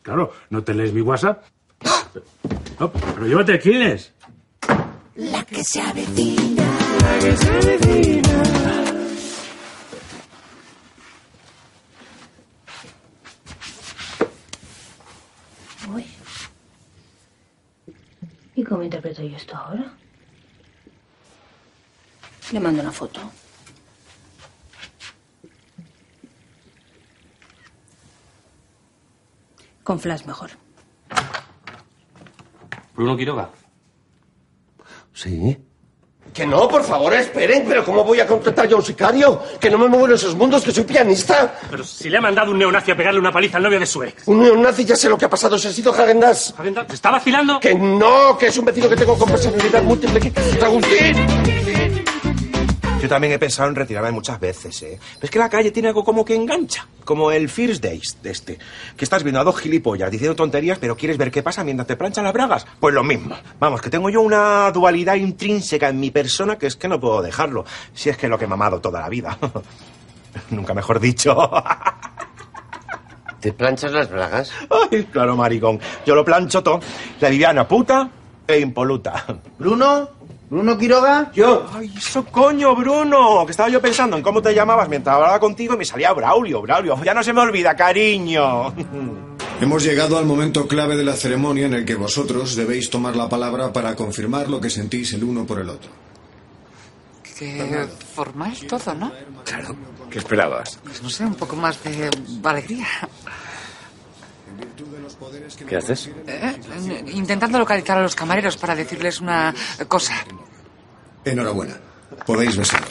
claro, ¿no te lees mi WhatsApp? No, pero llévate el Kleenex.
La que se avecina. La que se avecina.
Uy. ¿Y cómo interpreto yo esto ahora? Le mando una foto. Con flash mejor. Bruno Quiroga.
Sí.
Que no, por favor, esperen, pero ¿cómo voy a contratar yo a un sicario? Que no me muevo en esos mundos, que soy pianista.
Pero si le ha mandado un neonazi a pegarle una paliza al novio de su ex.
Un neonazi ya sé lo que ha pasado, se ha sido Hagendas.
¿Hagendas? ¿Te está vacilando?
Que no, que es un vecino que tengo con personalidad múltiple, que es Agustín.
Yo también he pensado en retirarme muchas veces, ¿eh? Pero es que la calle tiene algo como que engancha. Como el First Days de este. Que estás viendo a dos gilipollas diciendo tonterías, pero quieres ver qué pasa mientras te planchan las bragas. Pues lo mismo. Vamos, que tengo yo una dualidad intrínseca en mi persona que es que no puedo dejarlo. Si es que es lo que he mamado toda la vida. Nunca mejor dicho.
¿Te planchas las bragas?
Ay, claro, maricón. Yo lo plancho todo. La Viviana puta e impoluta.
Bruno,
¿Bruno Quiroga? Yo. Ay, eso coño, Bruno. Que estaba yo pensando en cómo te llamabas mientras hablaba contigo y me salía Braulio, Braulio. Ya no se me olvida, cariño.
Hemos llegado al momento clave de la ceremonia en el que vosotros debéis tomar la palabra para confirmar lo que sentís el uno por el otro.
Qué formal todo, ¿no? Claro.
¿Qué esperabas?
Pues no sé, un poco más de alegría.
¿Qué haces?
Eh, eh, Intentando localizar a los camareros para decirles una cosa.
Enhorabuena. Podéis besaros.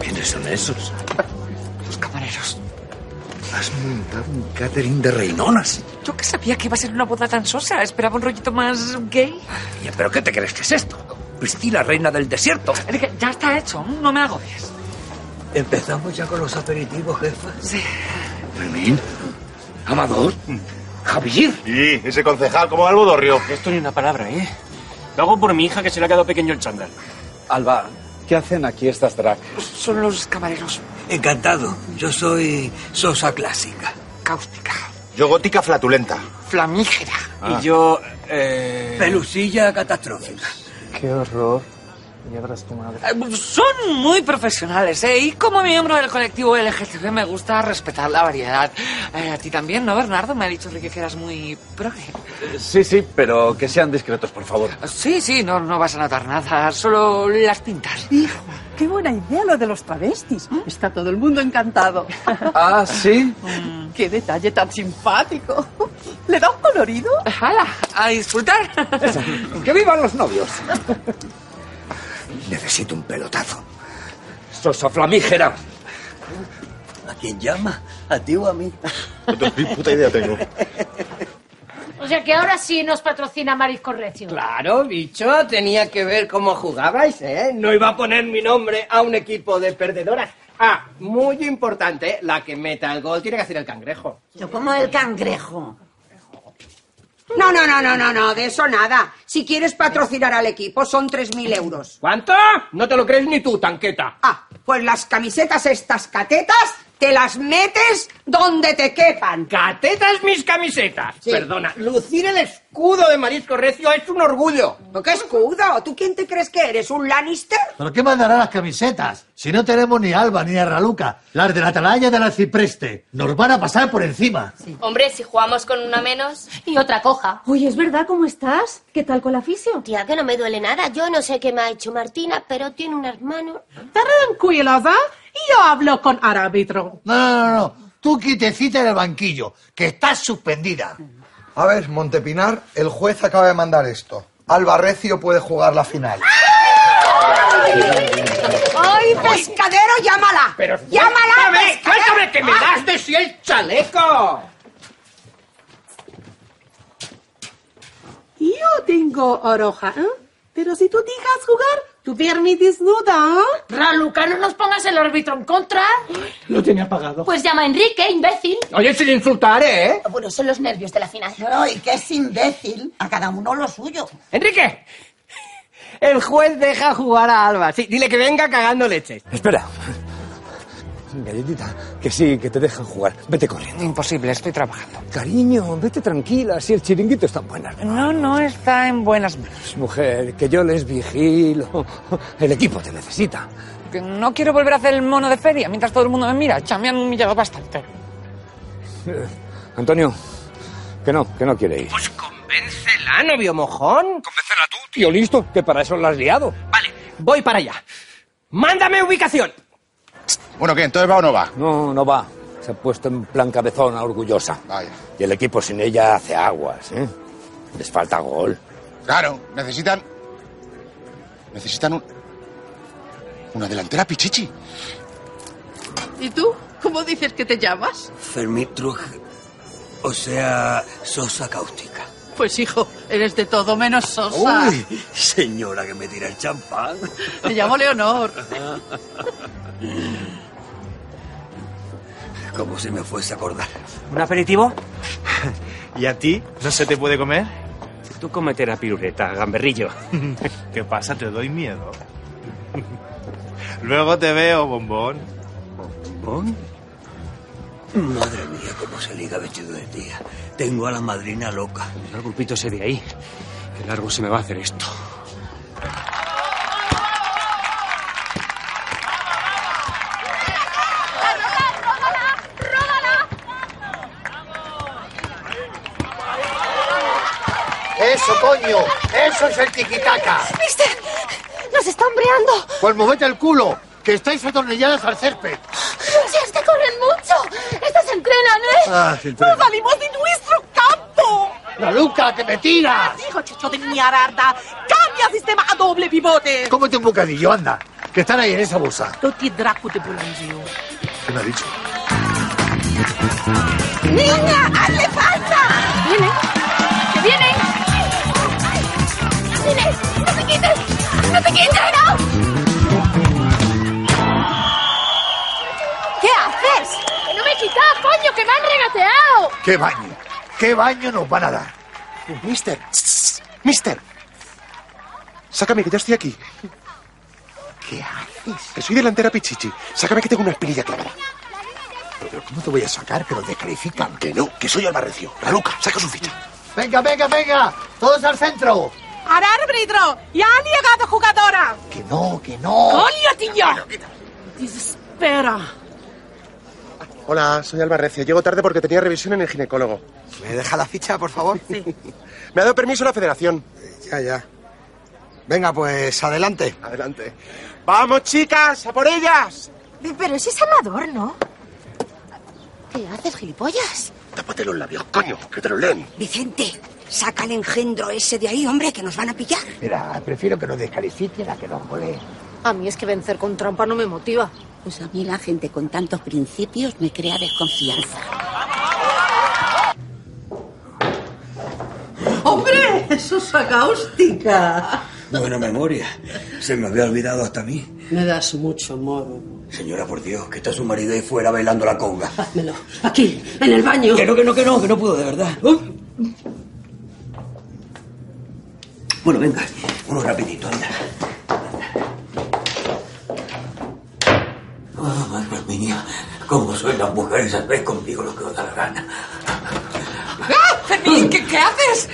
¿Quiénes son esos?
Los camareros.
Has montado un catering de reinonas.
Yo que sabía que iba a ser una boda tan sosa. Esperaba un rollito más gay.
Tía, ¿Pero qué te crees
Pues
que es esto? Priscila, reina del desierto.
Enrique, Ya está hecho. No me agobies.
Empezamos ya con los aperitivos, jefa.
Sí.
Fermín. Amador. Javier.
Y ese concejal, como algo dorrio.
Esto ni una palabra, ¿eh? Lo hago por mi hija que se le ha quedado pequeño el chándal.
Alba, ¿qué hacen aquí estas drag?
Son los camareros.
Encantado. Yo soy sosa clásica.
Cáustica.
Yo gótica flatulenta.
Flamígera.
Ah.
Y yo.
eh, Pelusilla catastrófica.
Qué horror. Ya verás tu madre.
Eh, Son muy profesionales, ¿eh? Y como miembro del colectivo LGTB me gusta respetar la variedad. Eh, a ti también, ¿no, Bernardo? Me ha dicho Enrique que eras muy progre.
Eh,
Sí, sí, pero que sean discretos, por favor.
Sí, sí, no, no vas a notar nada, solo las pintas. Hijo,
Qué buena idea lo de los travestis. Está todo el mundo encantado. Mm,
Ah, sí.
Qué detalle tan simpático. ¿Le da un colorido?
¡Hala! A disfrutar.
¡Que vivan los novios! Necesito un pelotazo. Sosa flamígera. ¿A quién llama? ¿A ti o a mí?
Ni puta idea tengo.
O sea que ahora sí nos patrocina Marisco Recio.
Claro, bicho, tenía que ver cómo jugabais, ¿eh? No iba a poner mi nombre a un equipo de perdedoras. Ah, muy importante, la que meta el gol tiene que hacer el cangrejo.
Yo como el cangrejo. No, no, no, no, no, no, de eso nada. Si quieres patrocinar al equipo, son 3.000 euros.
¿Cuánto? No te lo crees ni tú, tanqueta.
Ah, pues las camisetas estas catetas te las metes donde te quepan.
¡Catetas mis camisetas! Perdona, lucir el escudo de Marisco Recio es un orgullo.
¿Pero qué escudo? ¿Tú quién te crees que eres? ¿Un Lannister?
¿Pero qué mandará las camisetas? Si no tenemos ni a Alba ni a Raluca, las de la atalaya de la cipreste, nos van a pasar por encima.
Hombre, si jugamos con una menos y otra coja.
Oye, es verdad, ¿cómo estás? ¿Qué tal con la fisio? Tía, que no me duele nada. Yo no sé qué me ha hecho Martina, pero tiene unas manos.
Tranquilos, ¿ah? Y yo hablo con árbitro.
No, no, no, no. Tú quitecita en el banquillo, que estás suspendida.
A ver, Montepinar, el juez acaba de mandar esto. Alba Recio puede jugar la final.
¡Ay, pescadero, llámala!
Pero
¡Llámala,
cuéntame,
pescadero!
cuéntame que me das de si el chaleco.
Yo tengo roja, ¿eh? Pero si tú digas jugar, tú verme desnuda, ¿eh?
Raluca, no nos pongas el árbitro en contra.
Lo tenía pagado.
Pues llama a Enrique, imbécil.
Oye, sin insultar, ¿eh?
Bueno, son los nervios de la final.
¡Ay, que es imbécil! A cada uno lo suyo.
Enrique, el juez deja jugar a Alba. Sí, dile que venga cagando leches.
Espera. Galletita, que sí, que te dejan jugar. Vete corriendo.
Imposible, estoy trabajando.
Cariño, vete tranquila, si el chiringuito está en buenas
No, no está en buenas manos.
manos, mujer, que yo les vigilo. El equipo te necesita.
Que No quiero volver a hacer el mono de feria mientras todo el mundo me mira. Ya me han humillado bastante.
Eh, Antonio, que no, que no quiere ir.
Véncela, novio mojón. Convéncela tú.
Tío, listo, que para eso la has liado.
Vale, voy para allá. Mándame ubicación.
Bueno, ¿qué? ¿Entonces va o no va? No, no va. Se ha puesto en plan cabezona orgullosa. Y el equipo sin ella hace aguas, ¿eh? Les falta gol.
Claro, necesitan. Necesitan un. Una delantera pichichi.
¿Y tú? ¿Cómo dices que te llamas?
Fermitruj, o sea, sosa cáustica.
Pues hijo, eres de todo menos sosa.
Uy, señora que me tira el champán.
Me llamo Leonor.
Como si me fuese a acordar.
¿Un aperitivo?
¿Y a ti? ¿No se te puede comer?
Tú comete la piruleta, gamberrillo.
¿Qué pasa? ¿Te doy miedo?
Luego te veo, bombón.
¿Bombón? Madre mía, cómo se liga vestido de tía. Tengo a la madrina loca.
Mira el grupito ese de ahí. Qué largo se me va a hacer esto.
¡Eso, coño! ¡Eso es el tiquitaca!
¡Mister! ¡Nos está hombreando!
Pues movete el culo, que estáis atornilladas al césped.
¡Si es que corren mucho! ¡Estos entrenan, eh!
Ah, se entrenan.
¡No salimos de nuestro campo!
¡La Luca, que me tiras!
¡Hijo chicho de mi ararda! ¡Cambia sistema a doble pivote!
Cómete un bocadillo, anda, que están ahí en esa bolsa.
Tutti draco de Bolandio.
¿Qué me ha dicho?
¡Niña, hazle falta! ¡Vienen! ¡Que vienen! ¡Vienen! ¡No te quites! ¡No te quites, no! ¿Qué haces?
¡Que no me he quitado, coño! ¡Que me han regateado!
¡Qué baño! ¡Qué baño nos van a dar!
Mister, mister. Sácame, que ya estoy aquí.
¿Qué haces?
Que soy delantera pichichi. Sácame que tengo una espinilla clavada.
Pero ¿Cómo te voy a sacar? Que lo descalifican.
Que no, que soy Albarrecio. La Luca, saca su ficha.
Venga, venga, venga, todos al centro.
¡Al árbitro! ¡Ya han llegado jugadoras!
Que no, que no.
¡Colia, tía! Desespera.
Hola, soy Albarrecio. Llego tarde porque tenía revisión en el ginecólogo.
¿Me deja la ficha, por favor?
Me ha dado permiso la federación.
Ya, ya. Venga, pues adelante.
Adelante. ¡Vamos, chicas! ¡A por ellas!
Pero si es amador, ¿no? ¿Qué haces, gilipollas?
Tápate los labios, coño, que te lo leen.
Vicente, saca el engendro ese de ahí, hombre, que nos van a pillar.
Mira, prefiero que nos descalifiquen a que nos goleen.
A mí es que vencer con trampa no me motiva. Pues a mí la gente con tantos principios me crea desconfianza.
¡Hombre! ¡Eso saca cáustica!
Buena memoria. Se me había olvidado hasta a mí.
Me das mucho moro.
Señora, por Dios, que está su marido ahí fuera bailando la conga.
Házmelo. Aquí, en el baño.
Que no, que no, que no, que no puedo, de verdad. ¡Oh! Bueno, venga, uno rapidito, anda. Ah, madre mía, cómo soy las mujeres, hacéis conmigo lo que os da la gana.
Fermín, ¿qué, qué haces?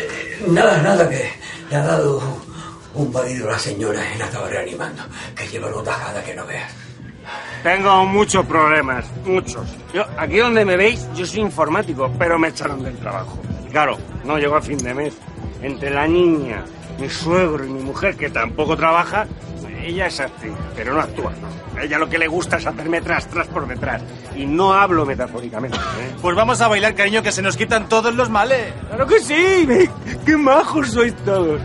Nada, nada, que le ha dado un batido a la señora y la estaba reanimando, que lleva una tajada que no veas.
Tengo muchos problemas, muchos. Yo, aquí donde me veis, yo soy informático, pero me echaron del trabajo. Y claro, no llegó a fin de mes. Entre la niña, mi suegro y mi mujer, que tampoco trabaja, ella es actriz, pero no actúa. ¿no? A ella lo que le gusta es hacerme tras, tras por detrás. Y no hablo metafóricamente. ¿eh?
Pues vamos a bailar, cariño, que se nos quitan todos los males.
¡Claro que sí! ¡Qué majos sois todos!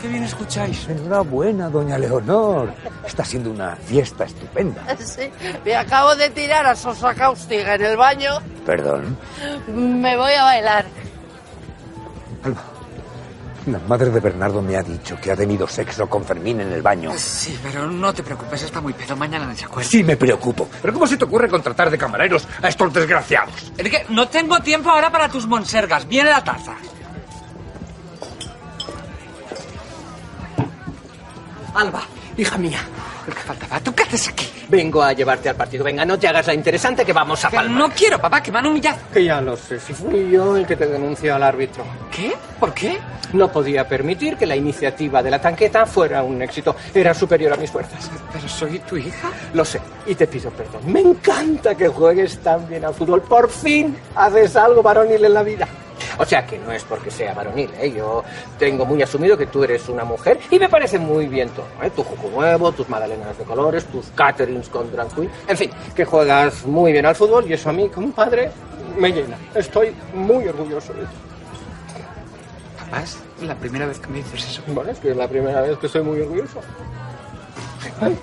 ¡Qué bien escucháis!
Enhorabuena, doña Leonor. Está siendo una fiesta estupenda.
Sí, me acabo de tirar a Sosa Cáustiga en el baño.
Perdón.
Me voy a bailar.
Alba, la madre de Bernardo me ha dicho que ha tenido sexo con Fermín en el baño.
Sí, pero no te preocupes, está muy pedo. Mañana no se acuerda.
Sí, me preocupo. ¿Pero cómo se te ocurre contratar de camareros a estos desgraciados?
Enrique, no tengo tiempo ahora para tus monsergas. Viene la taza.
Alba, hija mía. Lo que faltaba. ¿Tú qué haces aquí? Vengo a llevarte al partido. Venga, no te hagas la interesante que vamos a
Que
palmar.
no quiero, papá, que me han humillado.
Que ya lo sé. Si fui yo el que te denunció al árbitro.
¿Qué? ¿Por qué?
No podía permitir que la iniciativa de la tanqueta fuera un éxito. Era superior a mis fuerzas.
Pero soy tu hija.
Lo sé. Y te pido perdón. Me encanta que juegues tan bien al fútbol. Por fin haces algo varonil en la vida. O sea que no es porque sea varonil, ¿eh? Yo tengo muy asumido que tú eres una mujer y me parece muy bien todo, ¿eh? Tu jugo nuevo, tus magdalenas de colores, tus caterings con drag queen. En fin, que juegas muy bien al fútbol y eso a mí, compadre, me llena. Estoy muy orgulloso de ti.
Papá, es la primera vez que me dices eso.
Bueno, es que es la primera vez que soy muy orgulloso. Ay, ay,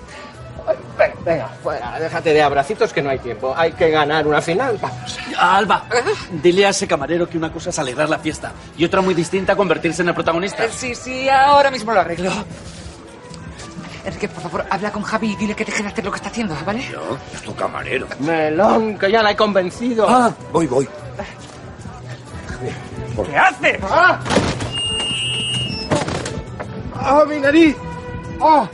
venga, venga, fuera, Ah, déjate de abracitos que no hay tiempo. Hay que ganar una final. Vamos.
Alba, dile a ese camarero que una cosa es alegrar la fiesta y otra muy distinta convertirse en el protagonista.
Eh, Sí, sí, ahora mismo lo arreglo. Enrique, por favor, habla con Javi y dile que deje de hacer lo que está haciendo, ¿vale?
No, es tu camarero.
Melón, que ya la he convencido.
Ah, voy, voy.
¿Qué haces?
¡Ah! ¡Ah, mi nariz! ¡Ah!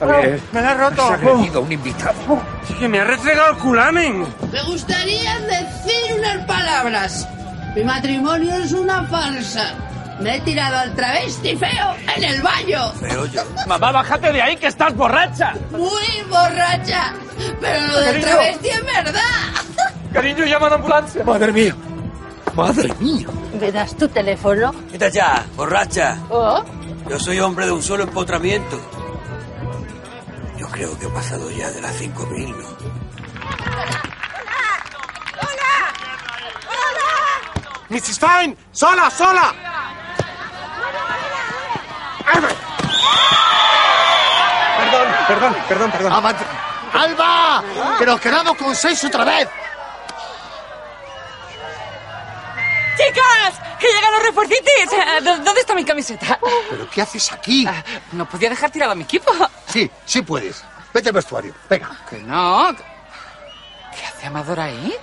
Javier.
Me la he roto.
Has agredido
a un invitado.
Sí, que me ha restregado el culamen.
Me gustaría decir unas palabras. Mi matrimonio es una falsa. Me he tirado al travesti feo en el baño.
Feo yo.
Mamá, bájate de ahí que estás borracha.
Muy borracha. Pero lo del
Cariño.
travesti es verdad.
Cariño, llama a la ambulancia.
Madre mía. Madre mía.
¿Me das tu teléfono?
Quita ya, borracha.
Oh,
Yo soy hombre de un solo empotramiento. Yo creo que he pasado ya de las 5.000, ¿no?
Mrs. Fine, sola, sola.
Ah.
Perdón, perdón, perdón, perdón.
¡Alba! ¡Que nos quedamos con seis otra vez!
¡Chicas! ¡Que llegan los refuercitis! Eh, ¿dó- ¿Dónde está mi camiseta?
¿Pero qué haces aquí?
No podía dejar tirado a mi equipo.
Sí, sí puedes. Vete al vestuario. Venga.
Que no. ¿Qué hace Amador ahí?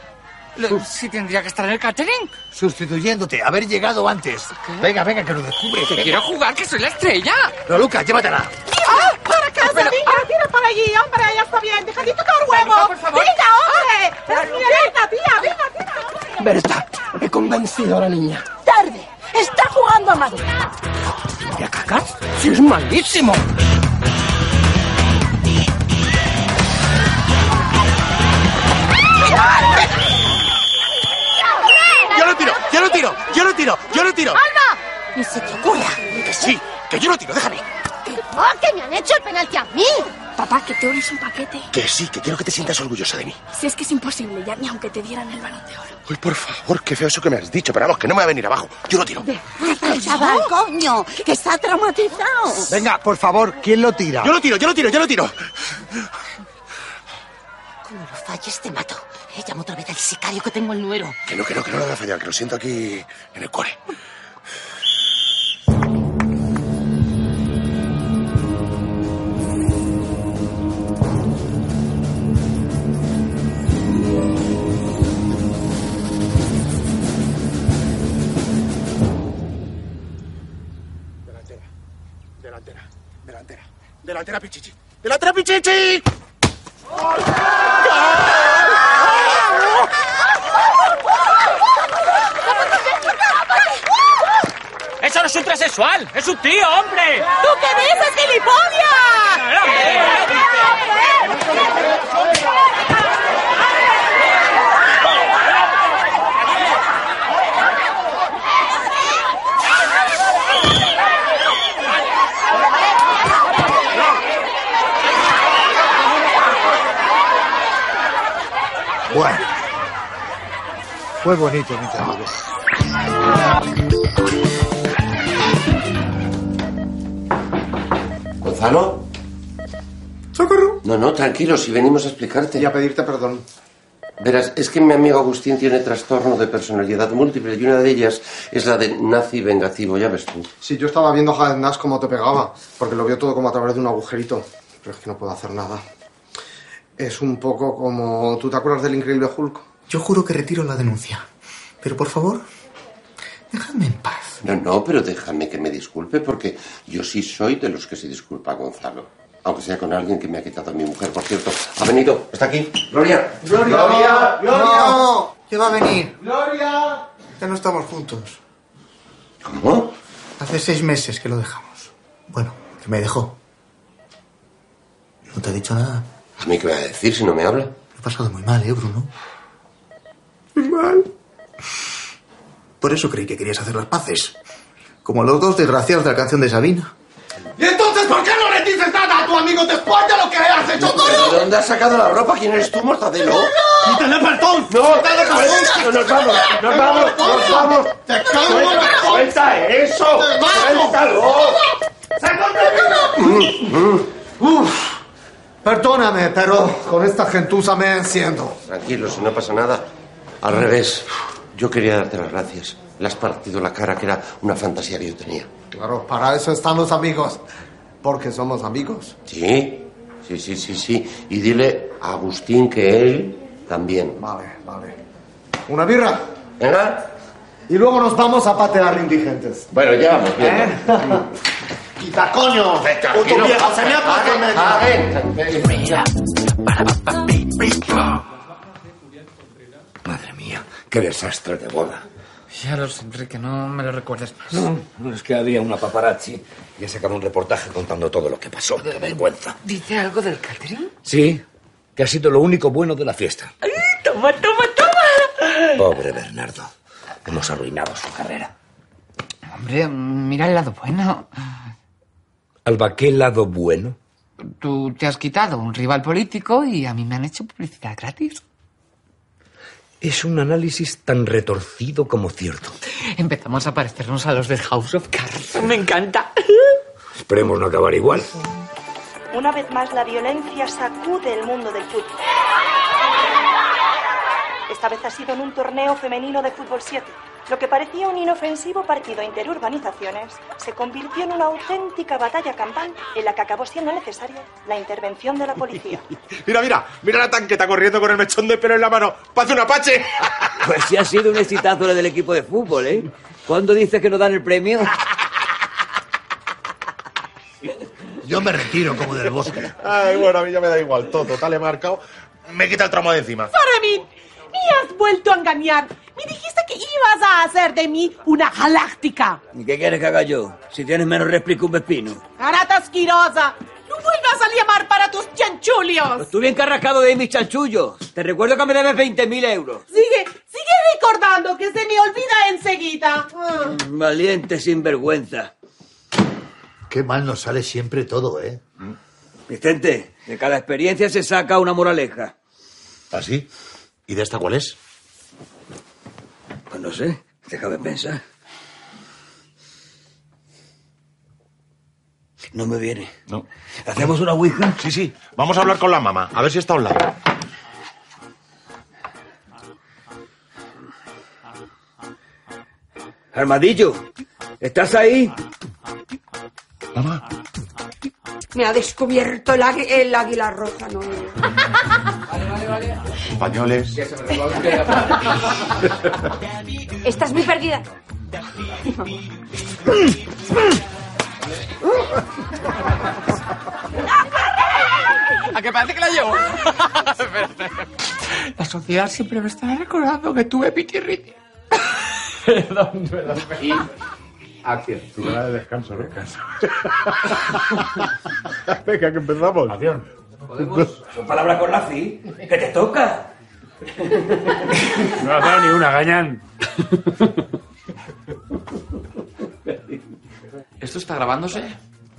Lo- Si tendría que estar en el catering.
Sustituyéndote, haber llegado antes. Venga, venga, que nos descubres.
Que quiero jugar, que soy la estrella.
Pero Lucas, llévatela.
¡Ah! ¡Para casa, niña! ¡Tira para allí, hombre! ¡Ya está bien! ¡Deja de tocar huevo! ¡Venga, hombre! ¡Pero es mi nieta, tía! ¡Venga, tía!
Berta, he convencido a la niña.
¡Tarde! ¡Está jugando a Madrid!
¿Te cacas? ¡Sí, es malísimo!
Yo lo tiro, yo lo tiro, yo lo tiro, yo lo tiro.
¡Alba! ¡Ni se te ocurra!
Que sí, que yo lo tiro, déjame.
¡No,
Oh,
que me han hecho el penalti a mí! Papá, que te es un paquete.
Que sí, que quiero que te sientas orgullosa de mí.
Si es que es imposible, ya ni aunque te dieran el balón de oro.
Uy, por favor, qué feo eso que me has dicho, pero vamos, que no me va a venir abajo. Yo lo tiro.
el chaval, coño! ¡Que está traumatizado!
Venga, por favor, ¿quién lo tira?
Yo lo tiro, yo lo tiro, yo lo tiro.
Como lo falles, te mato. Eh, llamo otra vez al sicario que tengo el número.
Que no, que no, que no lo voy a fallar, que lo siento aquí en el core. Delantera, delantera, delantera, delantera Pichichi, delantera Pichichi.
¡Eso no es un transexual! ¡Es un tío, hombre!
¿Tú qué dices, gilipollas?
Bueno. Fue bonito, mi amigo.
¿Gonzalo? ¡Socorro! No, no, tranquilo, si venimos a explicarte. Y a pedirte perdón. Verás, es que mi amigo Agustín tiene trastorno de personalidad múltiple y una de ellas es la de nazi vengativo, ya ves tú.
Si yo estaba viendo a Jared Nash cómo te pegaba, porque lo vio todo como a través de un agujerito. Pero es que no puedo hacer nada. Es un poco como... ¿Tú te acuerdas del increíble Hulk?
Yo juro que retiro la denuncia. Pero por favor,
No, no, pero déjame que me disculpe porque yo sí soy de los que se disculpa, Gonzalo. Aunque sea con alguien que me ha quitado a mi mujer, por cierto. Ha venido, está aquí. Gloria.
¡Gloria!
Gloria.
¡No! ¿Qué va a venir? ¡Gloria! Ya no estamos juntos.
¿Cómo?
Hace seis meses que lo dejamos. Bueno, que me dejó. No te he dicho nada.
¿A mí qué me va a decir si no me habla?
Lo he pasado muy mal, ¿eh, Bruno? Mal. Por eso creí que querías hacer las paces. Como los dos desgraciados de la canción de Sabina.
¿Y entonces por qué no le dices nada a tu amigo después de lo que le has hecho, ¿De dónde has sacado la ropa? ¿Quién eres tú, mortadelo? ¡No! ¡Quítale el perdón! ¡No! ¡Quítale el perdón! ¡Nos vamos! ¡Nos vamos! ¡Nos vamos! ¡Te
cago en la
¡Suelta, suelta eso!
¡Te mato!
¡Suéltalo!
Mm, Uf, perdóname, pero con esta gentuza me enciendo.
Tranquilo, si no pasa nada. Al revés, yo quería darte las gracias. Le has partido la cara, que era una fantasía que yo tenía.
Claro, para eso están los amigos. Porque somos amigos.
Sí, sí, sí, sí, sí. Y dile a Agustín que él también.
Vale, vale. Una birra.
Venga.
Y luego nos vamos a patear indigentes.
Bueno, ya vamos viendo.
¿Eh?
¡Quita, coño! Puto viejo, se me ha puesto en medio.
Madre mía, qué desastre de boda.
Ya lo sé, Enrique, no me lo recuerdes más.
No, no, es que había una paparazzi y ha sacado un reportaje contando todo lo que pasó. ¡Qué vergüenza!
¿Dice algo del catering?
Sí, que ha sido lo único bueno de la fiesta.
¡Ay, toma, toma, toma!
Pobre Bernardo. Hemos arruinado su carrera.
Hombre, mira el lado bueno.
Alba, ¿qué lado bueno?
Tú te has quitado un rival político y a mí me han hecho publicidad gratis.
Es un análisis tan retorcido como cierto.
Empezamos a parecernos a los de House of Cards. Me encanta.
Esperemos no acabar igual.
Una vez más, la violencia sacude el mundo del fútbol. Esta vez ha sido en un torneo femenino de fútbol 7. Lo que parecía un inofensivo partido interurbanizaciones se convirtió en una auténtica batalla campal en la que acabó siendo necesaria la intervención de la policía.
Mira, mira, mira la tanqueta corriendo con el mechón de pelo en la mano. ¡Paz un apache!
Pues sí ha sido un exitazo lo del equipo de fútbol, ¿eh? ¿Cuándo dices que nos dan el premio?
Yo me retiro como del bosque.
Ay, bueno, a mí ya me da igual. Todo total he marcado. Me quita el tramo de encima.
Faramir, me has vuelto a engañar. Me dijiste que ibas a hacer de mí una galáctica.
¿Y qué quieres que haga yo? Si tienes menos réplica que un pepino.
Garata asquerosa. No vuelvas a llamar para tus chanchulios.
Estuve encarrascado de mis chanchullos. Te recuerdo que me debes 20.000 euros.
Sigue, sigue recordando que se me olvida enseguida. Ah.
Valiente sinvergüenza.
Qué mal nos sale siempre todo, ¿eh?
Vicente, de cada experiencia se saca una moraleja.
¿Ah,
¿Así? ¿Y de esta cuál es?
Pues no sé, déjame pensar. No me viene.
No.
¿Hacemos una Ouija?
Sí, sí. Vamos a hablar con la mamá. A ver si está online.
Armadillo, ¿estás ahí?
Me ha descubierto el, águi- el águila roja, no.
Ah,
Españoles.
Estás muy perdida.
¿A que parece que la llevo? La sociedad siempre me está recordando que tuve pitirriti.
Y acción. Tu hora de descanso, ¿no? Descanso.
Venga, que empezamos.
Acción.
Son palabras con lazi. ¿Qué te toca?
No has dado ni una, gañán.
¿Esto está grabándose?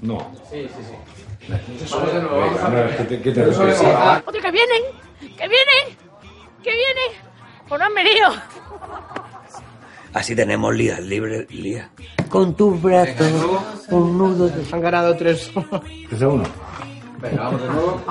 No.
Sí, sí, sí.
Oye, que vienen, que vienen, que vienen. Pues no han venido.
Así tenemos Lía, libre Lía. Con tus brazos, un nudo de...
Han ganado tres.
Tres a uno.
Venga, vamos de nuevo.